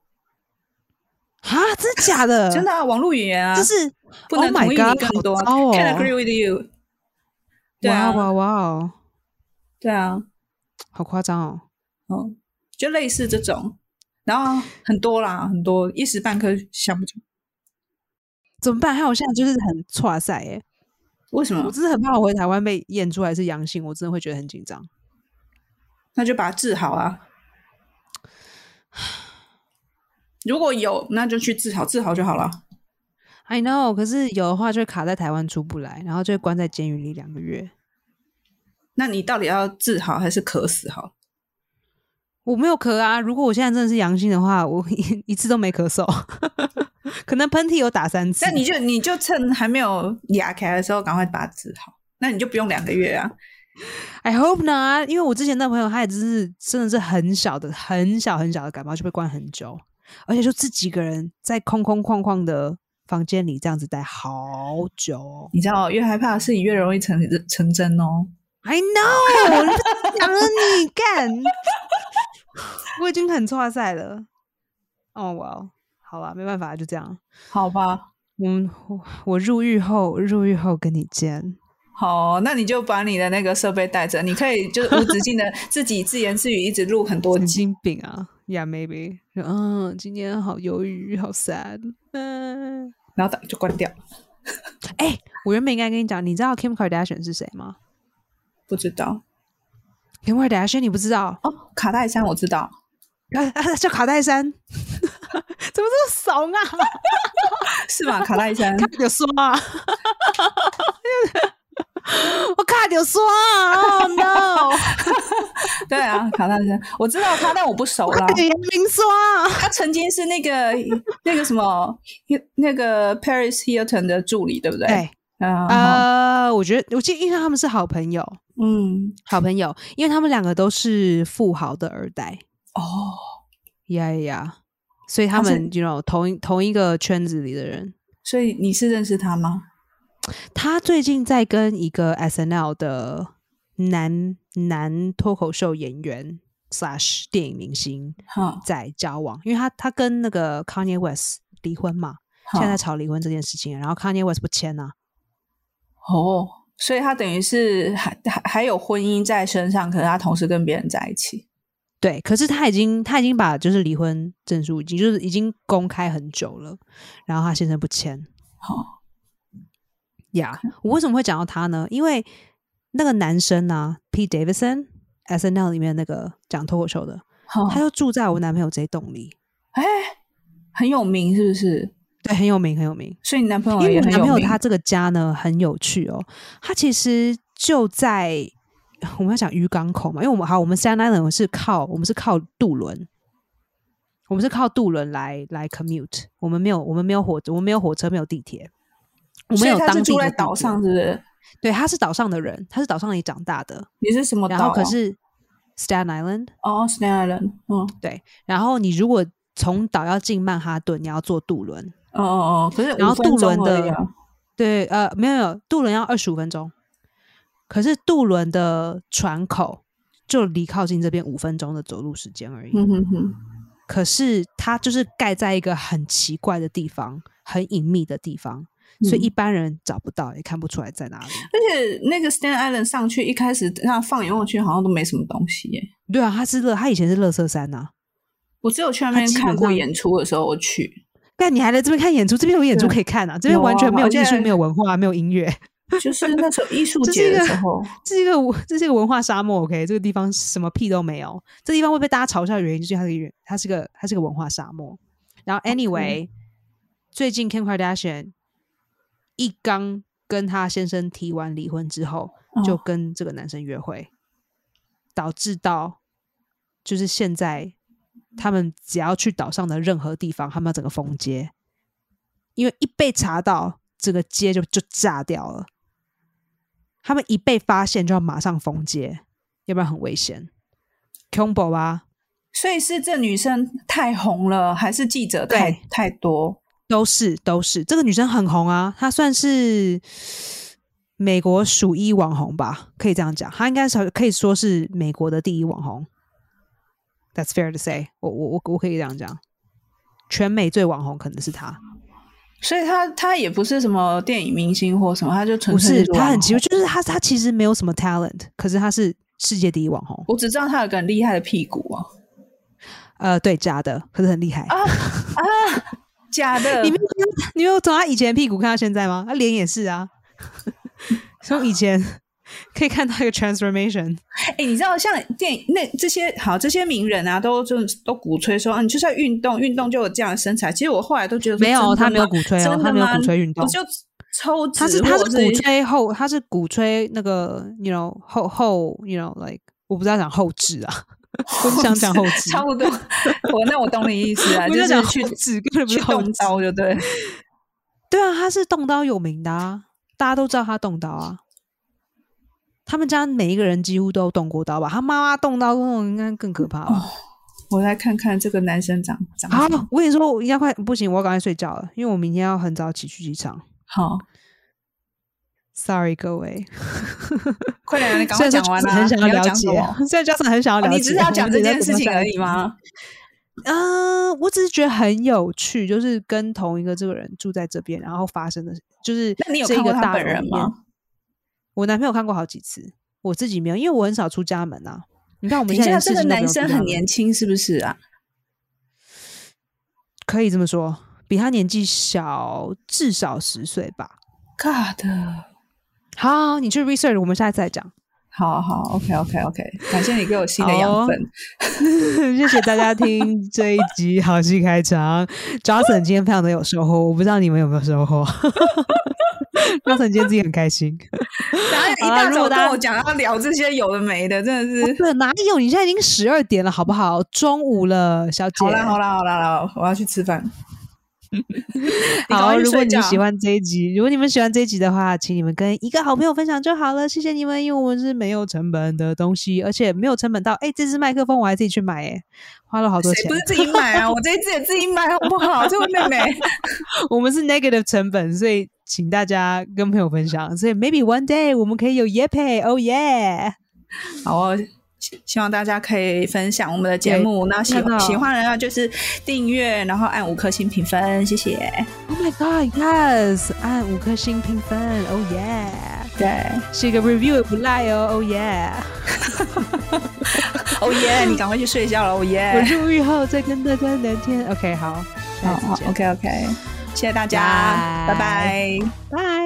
A: 啊，真的假的？
B: 真、的啊，网络语言啊
A: 就，是
B: 不能
A: Oh my
B: 同意你
A: God，
B: 更多
A: 好糟哦
B: ，Can agree with you。对
A: 哇
B: 啊，
A: 哇哇哦，
B: 对啊。
A: 好夸张哦！
B: 嗯，就类似这种，然后很多啦，很多一时半刻想不起
A: 怎么办？还有我现在就是很 挫赛哎、
B: 为什
A: 我
B: 么，
A: 真的很怕我回台湾被验出来是阳性，我真的会觉得很紧张。
B: 那就把它治好 啊。如果有，那就去治好，治好就好了。
A: I know，可是有的话就会卡在台湾出不来，然后就会关在监狱里两个月。
B: 那你到底要治好还是渴死好？
A: 我没有咳啊，如果我现在真的是阳性的话，我 一一次都没咳嗽， 可能喷嚏有打三次。
B: 那你就你就趁还没有牙开的时候，赶快把它治好。那你就不用两个月啊。
A: I hope not，因为我之前那朋友他也只是真的是很小的、很小很小的感冒就被关很久，而且就自己一个人在空空旷旷的房间里这样子待好久哦。
B: 你知道，越害怕的事情越容易成成真哦。
A: I know，我就讲了你干，我已经很挫赛了。哦，哇哦，好吧，没办法，就这样。
B: 好吧，
A: 我们我我入狱后，入狱后跟你见。
B: 好，那你就把你的那个设备带着，你可以就是无止境的自己自言自语，一直录很多
A: 神
B: 集。
A: 经病啊，Yeah，maybe。嗯，今天好忧郁，好 sad。嗯，
B: 然后打就关掉，
A: 哎、我原本应该跟你讲，你知道 Kim Kardashian 是谁吗
B: 不知道
A: ？Kim Kardashian 你不知道？
B: 哦。卡戴珊我知道，
A: 啊啊，叫卡戴珊。 怎么这么怂啊？
B: 是吗？卡戴 珊，
A: 卡就刷啊， 我卡就刷啊，Oh no！
B: 对啊，卡戴珊，我知道他，但我不熟
A: 卡
B: 啦。
A: 给杨明刷啊，
B: 他曾经是那个那个什么那个 Paris Hilton 的助理，对不对？
A: 对，
B: 嗯，好
A: 哎呃，我觉得我记得，因为他们是好朋友，
B: 嗯，
A: 好朋友，因为他们两个都是富豪的二代，
B: 哦，
A: 呀呀呀，所以他
B: 他是
A: 们就 you know, 同一同一个圈子里的人。
B: 所以你是认识他吗？
A: 他最近在跟一个 S N L 的男男脱口秀演员 slash 电影明星
B: 哈，
A: 在交往，因为他他跟那个 Kanye West 离婚嘛，
B: 哈
A: 现在在吵离婚这件事情，然后 Kanye West 不签啊，
B: 哦，所以他等于是还还还有婚姻在身上，可是他同时跟别人在一起。
A: 对，可是他已经他已经把就是离婚证书已经就是已经公开很久了，然后他先生不签，
B: 好、
A: 呀、我为什么会讲到他呢？因为那个男生啊，P. Davidson S N L 里面那个讲脱口秀的，
B: 好
A: 他就住在我男朋友这一栋里，
B: 哎、很有名是不是？
A: 对，很有名，很有名。
B: 所以你男朋
A: 因
B: 友
A: 为
B: 也
A: 我
B: 很
A: 男
B: 有
A: 朋友
B: 名
A: 他这个家呢很有趣哦，他其实就在我们要讲渔港口嘛，因为我们好，我们 Staten Island 是靠我们是靠渡轮，我们是靠渡轮来来 commute，我们没有我们没有火我们没有火车没有地铁，我
B: 所
A: 们有
B: 以他
A: 当
B: 是
A: 地
B: 住
A: 的
B: 在
A: 地
B: 岛
A: 铁
B: 上，，是不是？
A: 对，他是岛上的人，他是岛上里长大的，
B: 你是什么岛
A: 然
B: 啊、
A: 后可是 Staten Island，
B: 哦，Staten Island，嗯，
A: 对，然后你如果从岛要进曼哈顿，你要坐渡轮，
B: 哦哦哦，可是
A: 然后
B: 5分
A: 渡轮
B: 钟而已
A: 的
B: 啊
A: 对，呃，没有没有，渡轮要二十五分钟，可是渡轮的船口就离靠近这边五分钟的走路时间而已。
B: 嗯哼哼，
A: 可是它就是盖在一个很奇怪的地方，很隐秘的地方，所以
B: 嗯
A: 一般人找不到，也看不出来在哪里。
B: 而且那个 Staten Island 上去一开始那放眼望去好像都没什么东西耶。
A: 对啊，它是乐，它以前是乐色山呐、啊。
B: 我只有去那
A: 它
B: 边
A: 基本
B: 看过
A: 上
B: 演出的时候我去，
A: 但你还来这边看演出，这边有演出可以看啊，这边
B: 有
A: 完
B: 啊
A: 全没有
B: 而且
A: 艺术、没有文化、没有音乐，
B: 就是那时候艺术
A: 这是
B: 节
A: 一
B: 的
A: 个
B: 时候，
A: 这是一个文 这是一个文化沙漠。OK，这个地方什么屁都没有。这地方会被大家嘲笑的原因，就是它是一个它是个它是个文化沙漠。然后，anyway，、最近 Kim Kardashian 一刚跟她先生提完离婚之后，就
B: 嗯
A: 跟这个男生约会，导致到就是现在他们只要去岛上的任何地方，他们要整个封街，因为一被查到，整个街就就炸掉了。他们一被发现就要马上封街，要不然很危险。Combo 啊，
B: 所以是这女生太红了，还是记者
A: 对
B: 太太多？
A: 都是都是，这个女生很红啊，她算是美国数一网红吧，可以这样讲，她应该是可以说是美国的第一网红。That's fair to say，我我我我可以这样讲，全美最网红可能是她，
B: 所以她她也不是什么电影明星或什么，她就纯
A: 不
B: 粹
A: 是
B: 网
A: 她很
B: 红
A: 奇怪，就是她她其实没有什么 talent，可是她是世界第一网红，
B: 我只知道她有个很厉害的屁股啊
A: 呃，对，假的，可是很厉害。
B: 啊啊，假的！
A: 你没有看到你没有从他以前的屁股看到现在吗？他脸也是 啊，从以前 可以看到一个 transformation。
B: 哎、你知道像电影那这些好这些名人啊，都就都鼓吹说，啊，你就是要运动，运动就有这样的身材。其实我后来都觉得说
A: 没
B: 真
A: 有，
B: 的
A: 他没有
B: 吗
A: 鼓吹哦，
B: 真
A: 他
B: 的
A: 没有
B: 吗
A: 鼓吹运动
B: 我，就抽脂
A: 他是他
B: 或
A: 是
B: 者
A: 鼓吹后，他是鼓吹那个，you know 后后，you know like 我不知道讲后置 啊，我只想讲后置，
B: 差 不多。我那我懂你意思啊，
A: 我
B: 就
A: 就是讲
B: 去
A: 后置，根本不
B: 去
A: 是后
B: 动
A: 置。
B: 刀就对。
A: 对啊，他是动刀有名的啊，大家都知道他动刀啊。他们家每一个人几乎都动过刀吧？他妈妈动刀，应该更可怕吧？
B: 我来看看这个男生长长
A: 好
B: 什么，
A: 啊我跟你说，我应该快不行，我要赶快睡觉了，因为我明天要很早起去机场。
B: 好，
A: Sorry 各位，
B: 快点，你赶
A: 虽
B: 快
A: 然说
B: 讲完
A: Justin
B: 啊！
A: 很想
B: 你
A: 要
B: 要
A: 了
B: 讲
A: 解
B: 什么？，
A: 虽然 Justin 很想要
B: 哦
A: 了解，
B: 你只是 要讲这件事情而已
A: 我们
B: 吗？
A: 就 在这边下一集？嗯，我只是觉得很有趣，就是跟同一个这个人住在这边，然后发生的，就是
B: 那你有
A: 这
B: 看
A: 个
B: 过他
A: 大
B: 本
A: 楼里
B: 人
A: 面
B: 吗？？
A: 我男朋友看过好几次，我自己没有，因为我很少出家门啊。你看我们
B: 等一
A: 现在
B: 下，
A: 连事
B: 这个
A: 情都不
B: 男
A: 用出
B: 生
A: 家
B: 很
A: 门
B: 年轻，是不是啊？
A: 可以这么说，比他年纪小至少十岁吧。
B: God，
A: 好，你去 research，我们下次再讲。
B: 好好，OK，OK，OK，、感谢你给我新的
A: 好
B: 养
A: 哦
B: 分。
A: 谢谢大家听这一集好戏开场。Johnson 今天非常的有收获，我不知道你们有没有收获。Johnson 今天自己很开心，
B: 然后一
A: 好啦啊
B: 大
A: 如果
B: 早
A: 大
B: 跟
A: 家
B: 我讲要聊这些有的没的，真的是。
A: 这哪有？你现在已经十二点了，好不好？中午了，小姐。
B: 好啦好啦好啦好啦，我要去吃 饭。你赶
A: 好
B: 快去
A: 如果
B: 睡
A: 你
B: 觉
A: 们喜欢这一集，如果你们喜欢这一集的话，请你们跟一个好朋友分享就好了。谢谢你们，因为我们是没有成本的东西，而且没有成本到，哎，这支麦克风我还自己去买，哎，花了好多
B: 谁
A: 钱
B: 不。是自己买啊？我这一次也自己买好不好？这位妹妹，
A: 我们是 negative 成本，所以请大家跟朋友分享。所以 maybe one day 我们可以有 y e p a y oh yeah！
B: 好哦。希希望大家可以分享我们的节目，那喜
A: 真的
B: 喜欢的话就是订阅，然后按五颗星评分，谢谢。
A: Oh my god, yes！按五颗星评分，Oh yeah！
B: 对，
A: 是一个 review 也不赖哦，Oh yeah！
B: 哦耶，你赶快去睡觉了，哦
A: 我
B: 耶。
A: 入狱后再跟大家聊天。OK，好，
B: 好
A: 下次
B: 好
A: 见，
B: ，OK OK，谢谢大家，
A: 拜
B: 拜拜
A: 拜。